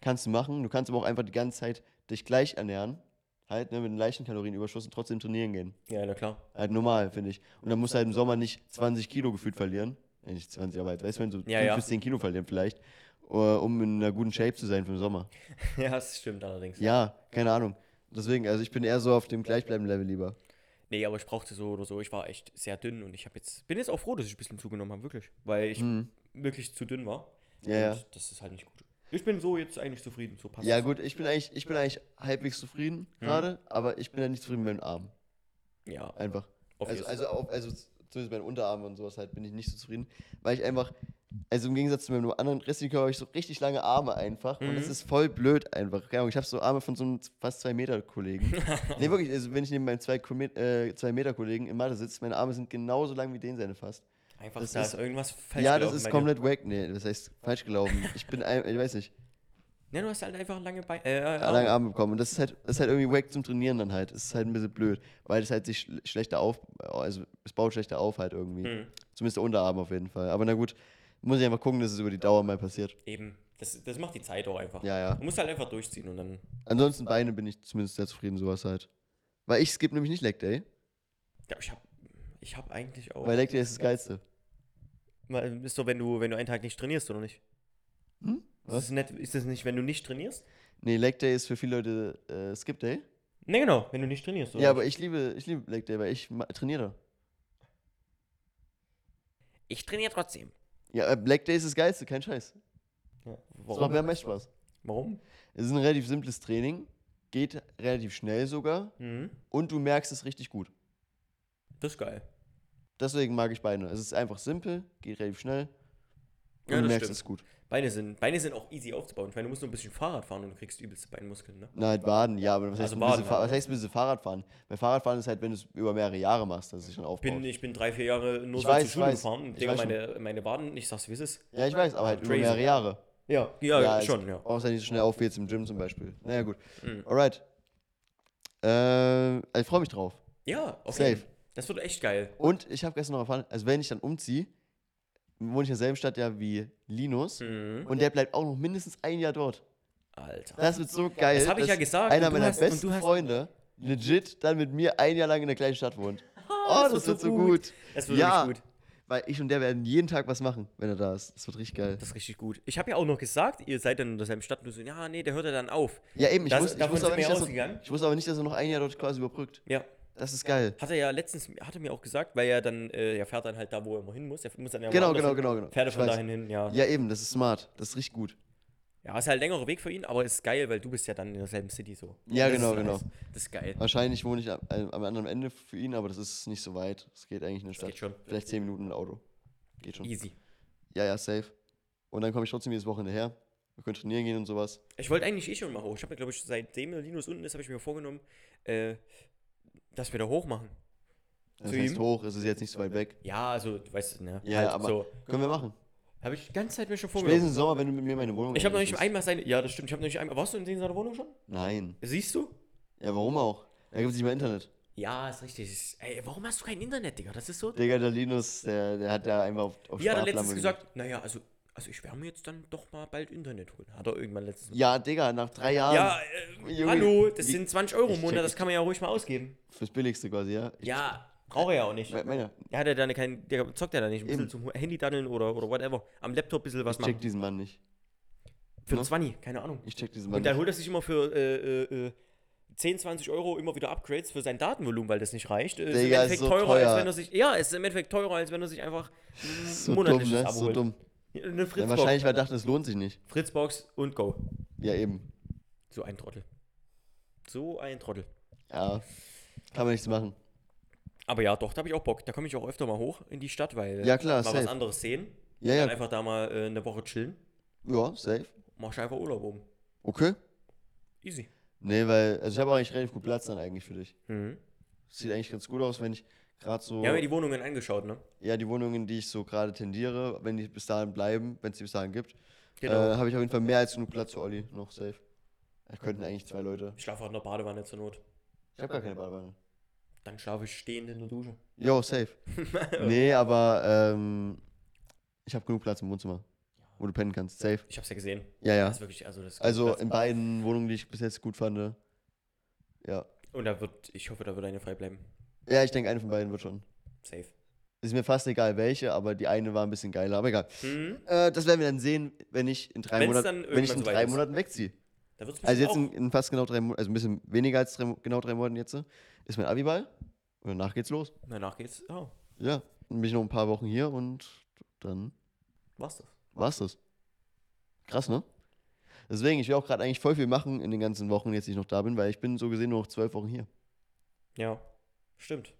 Speaker 1: Kannst du machen, du kannst aber auch einfach die ganze Zeit dich gleich ernähren, halt ne, mit einem leichten Kalorienüberschuss und trotzdem trainieren gehen.
Speaker 2: Ja, na klar.
Speaker 1: Halt normal, finde ich. Und dann musst du halt im Sommer nicht 20 Kilo gefühlt verlieren. Äh, Nicht 20, aber halt, weißt du, wenn so 5
Speaker 2: ja.
Speaker 1: bis 10 Kilo verlieren vielleicht, äh, um in einer guten Shape zu sein für den Sommer.
Speaker 2: ja, das stimmt allerdings.
Speaker 1: Ja, keine Ahnung. Deswegen, also ich bin eher so auf dem gleichbleibenden Level lieber.
Speaker 2: Nee, aber ich brauchte so oder so. Ich war echt sehr dünn und ich habe jetzt bin jetzt auch froh, dass ich ein bisschen zugenommen habe, wirklich, weil ich
Speaker 1: Hm.
Speaker 2: wirklich zu dünn war.
Speaker 1: Mhm. Ja,
Speaker 2: Und
Speaker 1: ja.
Speaker 2: Das ist halt nicht gut. Ich bin so jetzt eigentlich zufrieden, so passt.
Speaker 1: Ja,
Speaker 2: es.
Speaker 1: gut, ich bin eigentlich, ich bin eigentlich halbwegs zufrieden
Speaker 2: Hm.
Speaker 1: gerade, aber ich bin ja nicht zufrieden mit meinem Arm.
Speaker 2: Ja,
Speaker 1: Einfach.
Speaker 2: Obvious.
Speaker 1: Also, also, auf, also z- zumindest meinen Unterarm und sowas halt bin ich nicht so zufrieden, weil ich einfach also im Gegensatz zu meinem anderen restlichen Körper, habe ich so richtig lange Arme einfach. Und das
Speaker 2: Mhm.
Speaker 1: ist voll blöd einfach. Keine Ahnung, ich habe so Arme von so einem fast 2 Meter Kollegen. nee, wirklich, also wenn ich neben meinem 2 äh, zwei Meter Kollegen im Mathe sitze, meine Arme sind genauso lang wie den seine fast.
Speaker 2: Einfach,
Speaker 1: Das
Speaker 2: da
Speaker 1: ist-
Speaker 2: ist irgendwas falsch
Speaker 1: ja, das
Speaker 2: gelaufen
Speaker 1: ist
Speaker 2: bei dir.
Speaker 1: komplett wack. Nee, das heißt falsch gelaufen. Ich bin, ein, ich weiß nicht,
Speaker 2: Ja, du hast halt einfach lange Beine. Äh, äh,
Speaker 1: lange Arme bekommen. Und das ist halt, das ist halt irgendwie wack zum Trainieren dann halt. Es ist halt ein bisschen blöd, weil es halt sich schl- schlechter auf, also es baut schlechter auf halt irgendwie.
Speaker 2: Hm,
Speaker 1: Zumindest der Unterarm auf jeden Fall. Aber na gut, muss ich einfach gucken, dass es über die Dauer mal passiert.
Speaker 2: eben. Das, das macht die Zeit auch einfach.
Speaker 1: Ja, ja.
Speaker 2: Du musst halt einfach durchziehen und dann.
Speaker 1: Ansonsten Beine bin ich zumindest sehr zufrieden, sowas halt. Weil ich skippe nämlich nicht Leg Day,
Speaker 2: Ja, ich hab, ich hab eigentlich auch.
Speaker 1: weil Leg Day ist das Geilste.
Speaker 2: Weil, Ist doch, wenn du, wenn du einen Tag nicht trainierst, oder nicht?
Speaker 1: Hm?
Speaker 2: Ist das, nicht, ist das nicht, wenn du nicht trainierst?
Speaker 1: Nee, Leg Day ist für viele Leute äh, Skip Day.
Speaker 2: Ne, genau, wenn du nicht trainierst.
Speaker 1: Ja, aber ich liebe, ich liebe Leg Day, weil ich ma- trainiere.
Speaker 2: ich trainiere trotzdem.
Speaker 1: Ja, äh, Leg Day ist das Geilste, kein Scheiß.
Speaker 2: Ja,
Speaker 1: Das macht
Speaker 2: warum?
Speaker 1: mehr, mehr Spaß.
Speaker 2: Warum?
Speaker 1: Es ist ein relativ simples Training, geht relativ schnell sogar
Speaker 2: Mhm.
Speaker 1: und du merkst es richtig gut.
Speaker 2: Das ist geil.
Speaker 1: Deswegen mag ich Beine. Es ist einfach simpel, geht relativ schnell und
Speaker 2: Ja,
Speaker 1: du
Speaker 2: das
Speaker 1: merkst
Speaker 2: stimmt.
Speaker 1: es gut.
Speaker 2: Beine sind, Beine sind auch easy aufzubauen. Ich meine, du musst nur ein bisschen Fahrrad fahren und du kriegst übelste Beinmuskeln, ne?
Speaker 1: Na, halt Baden, ja, aber was heißt,
Speaker 2: Also
Speaker 1: ein bisschen,
Speaker 2: Baden,
Speaker 1: Fa-
Speaker 2: ja.
Speaker 1: was heißt ein bisschen Fahrradfahren? Bei Fahrradfahren ist halt, wenn du es über mehrere Jahre machst, dass es sich schon
Speaker 2: Ich
Speaker 1: aufbaut.
Speaker 2: Bin, ich bin drei, vier Jahre nur
Speaker 1: Ich
Speaker 2: so
Speaker 1: weiß,
Speaker 2: zur
Speaker 1: ich
Speaker 2: Schule
Speaker 1: weiß.
Speaker 2: gefahren.
Speaker 1: Ich
Speaker 2: Digga,
Speaker 1: weiß schon.
Speaker 2: meine, meine Waden, ich sag's, wie es ist.
Speaker 1: ja, ich weiß, aber halt über
Speaker 2: Crazy.
Speaker 1: mehrere Jahre.
Speaker 2: Ja, ja,
Speaker 1: es
Speaker 2: schon, ja.
Speaker 1: Brauchst halt nicht so schnell auf wie jetzt im Gym zum Beispiel. Naja, gut.
Speaker 2: Mhm.
Speaker 1: Alright. Äh, ich freue mich drauf.
Speaker 2: Ja, auf
Speaker 1: Safe.
Speaker 2: jeden Fall. Das wird echt geil.
Speaker 1: Und ich habe gestern noch erfahren, also wenn ich dann umziehe, wohne ich in derselben Stadt ja wie Linus.
Speaker 2: Mhm.
Speaker 1: Und der bleibt auch noch mindestens ein Jahr dort.
Speaker 2: Alter.
Speaker 1: Das wird so geil.
Speaker 2: Das hab ich
Speaker 1: dass
Speaker 2: ja gesagt,
Speaker 1: Einer
Speaker 2: und du
Speaker 1: meiner
Speaker 2: hast- und
Speaker 1: besten
Speaker 2: du hast-
Speaker 1: Freunde legit dann mit mir ein Jahr lang in der gleichen Stadt wohnt. Oh, das, wird so gut.
Speaker 2: Das wird
Speaker 1: Ja.
Speaker 2: richtig gut.
Speaker 1: Weil ich und der werden jeden Tag was machen, wenn er da ist. Das wird richtig geil.
Speaker 2: Das ist richtig gut. Ich habe ja auch noch gesagt, ihr seid dann in derselben Stadt. Und du so, ja, nee, der hört ja dann auf.
Speaker 1: Ja, eben. Ich,
Speaker 2: Das-
Speaker 1: wusste, ich,
Speaker 2: davon
Speaker 1: wusste
Speaker 2: sind
Speaker 1: aber
Speaker 2: wir
Speaker 1: nicht, dass
Speaker 2: ausgegangen.
Speaker 1: er, ich wusste aber nicht, dass er noch ein Jahr dort quasi überbrückt.
Speaker 2: Ja.
Speaker 1: Das ist geil.
Speaker 2: Hat er ja letztens, hat er mir auch gesagt, weil er dann, äh, er fährt dann halt da, wo er immer hin muss. Er muss dann ja
Speaker 1: Genau,
Speaker 2: woanders
Speaker 1: genau,
Speaker 2: hin.
Speaker 1: genau, genau.
Speaker 2: Fährt er
Speaker 1: Ich
Speaker 2: von
Speaker 1: weiß.
Speaker 2: dahin hin, ja. ja.
Speaker 1: Ja, eben. Das ist smart. Das ist richtig gut.
Speaker 2: ist halt ein längerer Weg für ihn, aber ist geil, weil du bist ja dann in derselben City so.
Speaker 1: Ja,
Speaker 2: Das
Speaker 1: genau,
Speaker 2: ist
Speaker 1: genau.
Speaker 2: nice. Das ist geil.
Speaker 1: Wahrscheinlich wohne ich am, am anderen Ende für ihn, aber das ist nicht so weit. Es geht eigentlich in der Stadt.
Speaker 2: geht schon.
Speaker 1: Vielleicht 10 Minuten mit Auto. Geht schon.
Speaker 2: Easy.
Speaker 1: Ja, ja, safe. Und dann komme ich trotzdem jedes Wochenende her. Wir können trainieren gehen und sowas.
Speaker 2: Ich wollte eigentlich eh schon mal hoch. Ich habe mir, glaube ich, seitdem der Linus unten ist, habe ich mir vorgenommen, äh, dass wir da hoch machen.
Speaker 1: Das
Speaker 2: Zu
Speaker 1: heißt
Speaker 2: ihm?
Speaker 1: hoch, es ist jetzt nicht so weit weg.
Speaker 2: Ja, also, du weißt, ne?
Speaker 1: Ja,
Speaker 2: halt
Speaker 1: aber
Speaker 2: So.
Speaker 1: können wir machen.
Speaker 2: Habe ich die ganze Zeit mir schon vorgenommen.
Speaker 1: Spätestens im Sommer, wenn du mit mir in meine Wohnung
Speaker 2: Ich habe noch
Speaker 1: einrichtest.
Speaker 2: nicht einmal seine. Ja, das stimmt. Ich habe noch nicht einmal. Warst du in seiner Wohnung schon?
Speaker 1: Nein.
Speaker 2: Siehst du?
Speaker 1: Ja, warum auch? Da gibt es nicht mal Internet.
Speaker 2: Ja, ist richtig. Ey, warum hast du kein Internet, Digga? Das ist so.
Speaker 1: Digga, der Linus, der, der hat da einfach auf, auf
Speaker 2: Ja, hat er
Speaker 1: Sparflamme
Speaker 2: letztens gesagt, naja, also, also ich werde mir jetzt dann doch mal bald Internet holen. Hat er irgendwann letztens.
Speaker 1: gelegt. Ja, Digga, nach drei Jahren.
Speaker 2: Ja, äh,
Speaker 1: Junge,
Speaker 2: hallo, das
Speaker 1: wie-
Speaker 2: sind 20 Euro
Speaker 1: ich
Speaker 2: im Monat,
Speaker 1: check-
Speaker 2: das kann man ja ruhig mal ausgeben.
Speaker 1: Fürs Billigste quasi, ja. Ich,
Speaker 2: Ja, braucht er ja auch nicht.
Speaker 1: Me- Männer,
Speaker 2: Ja, der, der, kein, der zockt ja da nicht. Ein bisschen
Speaker 1: Eben.
Speaker 2: zum Handy daddeln oder, oder whatever. Am Laptop ein bisschen was
Speaker 1: ich check ne?
Speaker 2: machen.
Speaker 1: diesen Mann nicht.
Speaker 2: Für 20, keine Ahnung.
Speaker 1: Ich check diesen Mann
Speaker 2: Und dann
Speaker 1: nicht.
Speaker 2: holt er sich immer für äh, äh, äh, 10, 20 Euro immer wieder Upgrades für sein Datenvolumen, weil das nicht reicht. Äh,
Speaker 1: Digga, ist so teuer.
Speaker 2: als wenn er sich. Ja, ist im Endeffekt teurer, als wenn er sich einfach ein
Speaker 1: So dumm,
Speaker 2: monatliches
Speaker 1: ne?
Speaker 2: Abo
Speaker 1: So
Speaker 2: holt.
Speaker 1: dumm.
Speaker 2: Eine
Speaker 1: Ja,
Speaker 2: Fritzbox.
Speaker 1: wahrscheinlich, weil er dachte, es lohnt sich nicht.
Speaker 2: Fritzbox und Go.
Speaker 1: Ja, eben.
Speaker 2: So ein Trottel. So ein Trottel.
Speaker 1: Ja. Kann man nichts machen.
Speaker 2: Aber ja, doch, da habe ich auch Bock. Da komme ich auch öfter mal hoch in die Stadt, weil äh,
Speaker 1: Ja, klar,
Speaker 2: mal was
Speaker 1: safe.
Speaker 2: anderes sehen.
Speaker 1: Ja,
Speaker 2: Dann
Speaker 1: ja.
Speaker 2: einfach da mal äh, eine Woche chillen.
Speaker 1: Ja, safe.
Speaker 2: Machst einfach Urlaub oben.
Speaker 1: Okay.
Speaker 2: Easy.
Speaker 1: Nee, weil, also ich habe eigentlich relativ gut Platz dann eigentlich für dich.
Speaker 2: Mhm.
Speaker 1: Sieht eigentlich ganz gut aus, wenn ich gerade so.
Speaker 2: Wir haben ja die Wohnungen angeschaut, ne?
Speaker 1: ja, die Wohnungen, die ich so gerade tendiere, wenn die bis dahin bleiben, wenn es die bis dahin gibt,
Speaker 2: Genau.
Speaker 1: äh, habe ich auf jeden Fall mehr als genug Platz für Olli noch safe. Da könnten eigentlich zwei Leute.
Speaker 2: Ich schlafe auch in der Badewanne zur Not.
Speaker 1: Ich habe gar keine Badewanne.
Speaker 2: Dann schlafe ich stehend in der Dusche.
Speaker 1: Jo, safe. nee, aber ähm, ich habe genug Platz im Wohnzimmer, wo du pennen kannst. Safe.
Speaker 2: Ich hab's ja gesehen.
Speaker 1: Ja, ja.
Speaker 2: Das ist wirklich, also das ist
Speaker 1: Also
Speaker 2: Platz.
Speaker 1: in beiden Wohnungen, die ich bis jetzt gut fand. Ja.
Speaker 2: Und da wird, ich hoffe, da wird eine frei bleiben.
Speaker 1: Ja, ich denke, eine von beiden wird schon.
Speaker 2: Safe.
Speaker 1: Ist mir fast egal welche, aber die eine war ein bisschen geiler, aber egal.
Speaker 2: Mhm.
Speaker 1: Äh, das werden wir dann sehen, wenn ich in drei,
Speaker 2: Wenn's
Speaker 1: Monat,
Speaker 2: dann
Speaker 1: wenn ich
Speaker 2: irgendwann
Speaker 1: in
Speaker 2: soweit
Speaker 1: drei
Speaker 2: ist.
Speaker 1: Monaten wegziehe.
Speaker 2: Da wird's
Speaker 1: Also jetzt
Speaker 2: bestimmt
Speaker 1: in, in fast genau drei Monaten, also ein bisschen weniger als drei, Mo- genau drei Monaten jetzt, ist mein Abiball. Und danach geht's los.
Speaker 2: auch. Danach geht's. Oh,
Speaker 1: Ja, dann bin ich noch ein paar Wochen hier und dann
Speaker 2: war's das.
Speaker 1: war's das. Krass, ne? Deswegen, ich will auch gerade eigentlich voll viel machen in den ganzen Wochen, jetzt die ich noch da bin, weil ich bin so gesehen nur noch zwölf Wochen hier.
Speaker 2: Ja. Stimmt.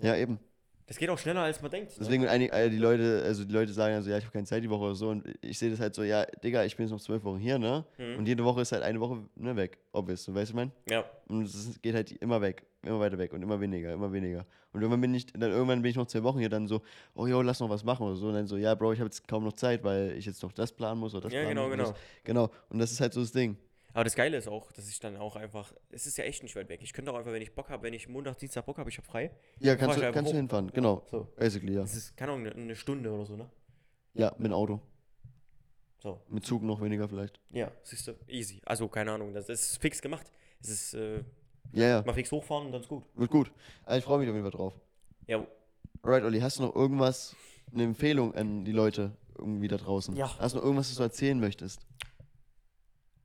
Speaker 1: Ja, eben.
Speaker 2: Das geht auch schneller, als man denkt. Ne?
Speaker 1: Deswegen, wenn einige, äh, die Leute, also die Leute sagen also, ja, ich habe keine Zeit die Woche oder so. Und ich sehe das halt so, ja, Digga, ich bin jetzt noch zwölf Wochen hier, ne?
Speaker 2: Mhm.
Speaker 1: Und jede Woche ist halt eine Woche ne, weg, obvious. So, weißt du, mein?
Speaker 2: Ja.
Speaker 1: Und es ist- geht halt immer weg, immer weiter weg und immer weniger, immer weniger. Und irgendwann bin ich, dann irgendwann bin ich noch zwei Wochen hier, dann so, oh jo, lass noch was machen oder so. Und dann so, ja, Bro, ich habe jetzt kaum noch Zeit, weil ich jetzt noch das planen muss oder das
Speaker 2: Ja,
Speaker 1: planen
Speaker 2: genau,
Speaker 1: muss. und
Speaker 2: genau.
Speaker 1: Das. Genau. Und das ist halt so das Ding.
Speaker 2: Aber das Geile ist auch, dass ich dann auch einfach, es ist ja echt nicht weit weg. Ich könnte auch einfach, wenn ich Bock habe, wenn ich Montag, Dienstag Bock habe, ich habe frei.
Speaker 1: Ja,
Speaker 2: dann fahr
Speaker 1: kannst,
Speaker 2: ich
Speaker 1: du,
Speaker 2: einfach
Speaker 1: kannst du
Speaker 2: hoch.
Speaker 1: hinfahren, genau.
Speaker 2: So.
Speaker 1: Basically, ja.
Speaker 2: Das ist, keine Ahnung, eine- eine Stunde oder so, ne?
Speaker 1: Ja, mit dem Auto.
Speaker 2: So.
Speaker 1: Mit Zug noch weniger vielleicht.
Speaker 2: Ja, siehst du, easy. Also, keine Ahnung, das, das ist fix gemacht. Es ist, äh,
Speaker 1: Ja, ja,
Speaker 2: mal fix hochfahren und dann ist gut.
Speaker 1: wird gut. Also ich freue mich auf jeden Fall drauf.
Speaker 2: Ja,
Speaker 1: Alright, Olli, hast du noch irgendwas, eine Empfehlung an die Leute irgendwie da draußen?
Speaker 2: Ja.
Speaker 1: Hast du noch irgendwas, was du erzählen möchtest?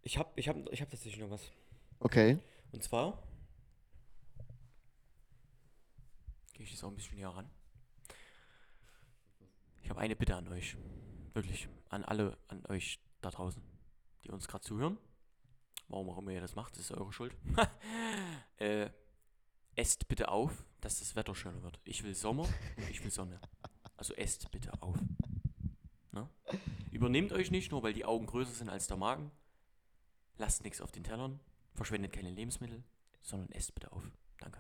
Speaker 2: ich habe ich hab, ich hab tatsächlich noch was.
Speaker 1: Okay.
Speaker 2: Und zwar. Gehe ich jetzt auch ein bisschen näher ran. Ich habe eine Bitte an euch. Wirklich. An alle, an euch da draußen, die uns gerade zuhören. Warum auch immer ihr das macht, das ist eure Schuld. äh, esst bitte auf, dass das Wetter schöner wird. Ich will Sommer und ich will Sonne. Also esst bitte auf. Ne? Übernehmt euch nicht, nur weil die Augen größer sind als der Magen. Lasst nichts auf den Tellern. Verschwendet keine Lebensmittel, sondern esst bitte auf. Danke.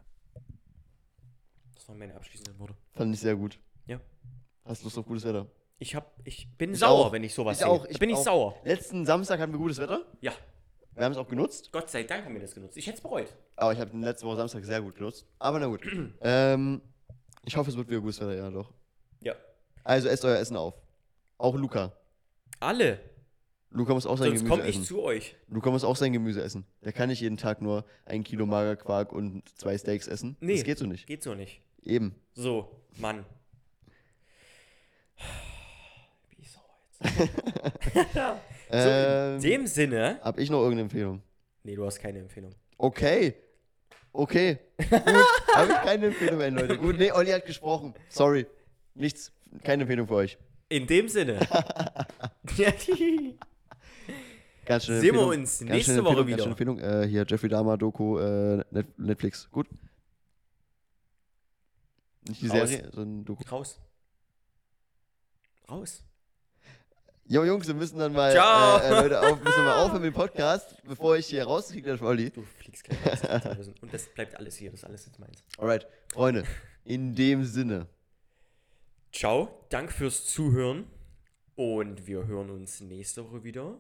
Speaker 2: Das waren meine abschließenden Worte.
Speaker 1: Fand ich sehr gut.
Speaker 2: Ja.
Speaker 1: Hast Lust auf gutes Wetter?
Speaker 2: Ich, hab, ich bin
Speaker 1: Ich
Speaker 2: sauer,
Speaker 1: auch.
Speaker 2: wenn ich sowas
Speaker 1: Ich
Speaker 2: sehe.
Speaker 1: auch,
Speaker 2: Ich
Speaker 1: ich
Speaker 2: bin ich
Speaker 1: auch.
Speaker 2: sauer.
Speaker 1: Letzten Samstag hatten wir gutes Wetter.
Speaker 2: Ja,
Speaker 1: Wir haben es auch genutzt,
Speaker 2: Gott sei Dank haben wir das genutzt. Ich hätte es bereut.
Speaker 1: aber ich habe den letzten Woche Samstag sehr gut genutzt. Aber na gut. ähm, ich hoffe, es wird wieder gutes Wetter, ja doch.
Speaker 2: Ja.
Speaker 1: Also esst euer Essen auf. Auch Luca.
Speaker 2: Alle.
Speaker 1: Luca muss auch sein
Speaker 2: Sonst
Speaker 1: Gemüse
Speaker 2: komme ich
Speaker 1: essen.
Speaker 2: zu euch.
Speaker 1: Luca muss auch sein Gemüse essen. Der kann nicht jeden Tag nur ein Kilo Magerquark und zwei Steaks essen.
Speaker 2: Nee.
Speaker 1: Das geht so nicht.
Speaker 2: Geht so nicht.
Speaker 1: Eben.
Speaker 2: So, Mann. Wie sauer jetzt. so, in
Speaker 1: Ähm,
Speaker 2: dem Sinne.
Speaker 1: Hab ich noch irgendeine Empfehlung?
Speaker 2: Nee, du hast keine Empfehlung.
Speaker 1: Okay. Okay. Gut. Habe ich keine Empfehlung mehr, Leute. Gut, nee, Olli hat gesprochen. Sorry. Nichts. Keine Empfehlung für euch.
Speaker 2: In dem Sinne.
Speaker 1: Ganz schöne
Speaker 2: Sehen wir
Speaker 1: Empfehlung.
Speaker 2: uns
Speaker 1: Ganz
Speaker 2: nächste
Speaker 1: schöne
Speaker 2: Woche
Speaker 1: Empfehlung,
Speaker 2: wieder.
Speaker 1: Ganz schöne Empfehlung. Äh, hier, Jeffrey Dahmer, Doku, äh, Net- Netflix. Gut. Nicht die
Speaker 2: Raus.
Speaker 1: Serie, sondern Doku.
Speaker 2: Raus. Raus.
Speaker 1: Jo, Jungs, wir müssen dann mal,
Speaker 2: Ciao.
Speaker 1: äh, äh, Leute, auf, müssen mal aufhören mit dem Podcast, bevor ich hier rausgekriegt werde von Olli.
Speaker 2: Du fliegst gleich raus, das ist tausend. Und das bleibt alles hier, das ist alles jetzt meins.
Speaker 1: Alright, Freunde, in dem Sinne.
Speaker 2: Ciao, danke fürs Zuhören. Und wir hören uns nächste Woche wieder.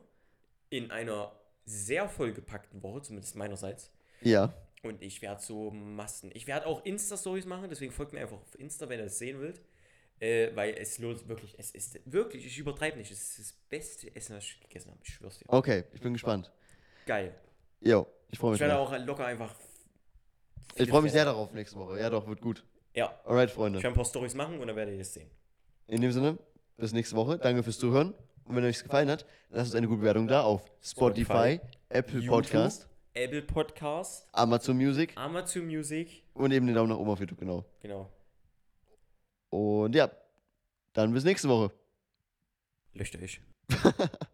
Speaker 2: In einer sehr vollgepackten Woche, zumindest meinerseits.
Speaker 1: Ja,
Speaker 2: Und ich werde so Massen. Ich werde auch Insta-Stories machen, deswegen folgt mir einfach auf Insta, wenn ihr das sehen wollt. Äh, weil es lohnt sich wirklich. Es ist wirklich, ich übertreibe nicht. Es ist das beste Essen, was ich gegessen habe. Ich schwör's dir.
Speaker 1: okay, ich bin gespannt.
Speaker 2: Geil.
Speaker 1: Jo, ich freue
Speaker 2: Ich
Speaker 1: mich.
Speaker 2: werde
Speaker 1: drauf.
Speaker 2: auch locker einfach.
Speaker 1: Ich freue mich sehr darauf nächste Woche. Ja, doch, wird gut.
Speaker 2: Ja,
Speaker 1: Alright,
Speaker 2: ich
Speaker 1: Freunde.
Speaker 2: werde ein paar Stories machen und dann werdet ihr es sehen.
Speaker 1: In dem Sinne, bis nächste Woche. Danke fürs Zuhören. Und wenn euch gefallen hat, lasst uns eine gute Bewertung da auf Spotify, Apple
Speaker 2: YouTube.
Speaker 1: Podcast,
Speaker 2: Apple Podcast.
Speaker 1: Amazon Music
Speaker 2: Amazon Music.
Speaker 1: und eben den Daumen nach oben auf YouTube, genau.
Speaker 2: Genau.
Speaker 1: Und ja, dann bis nächste Woche.
Speaker 2: Löscht euch.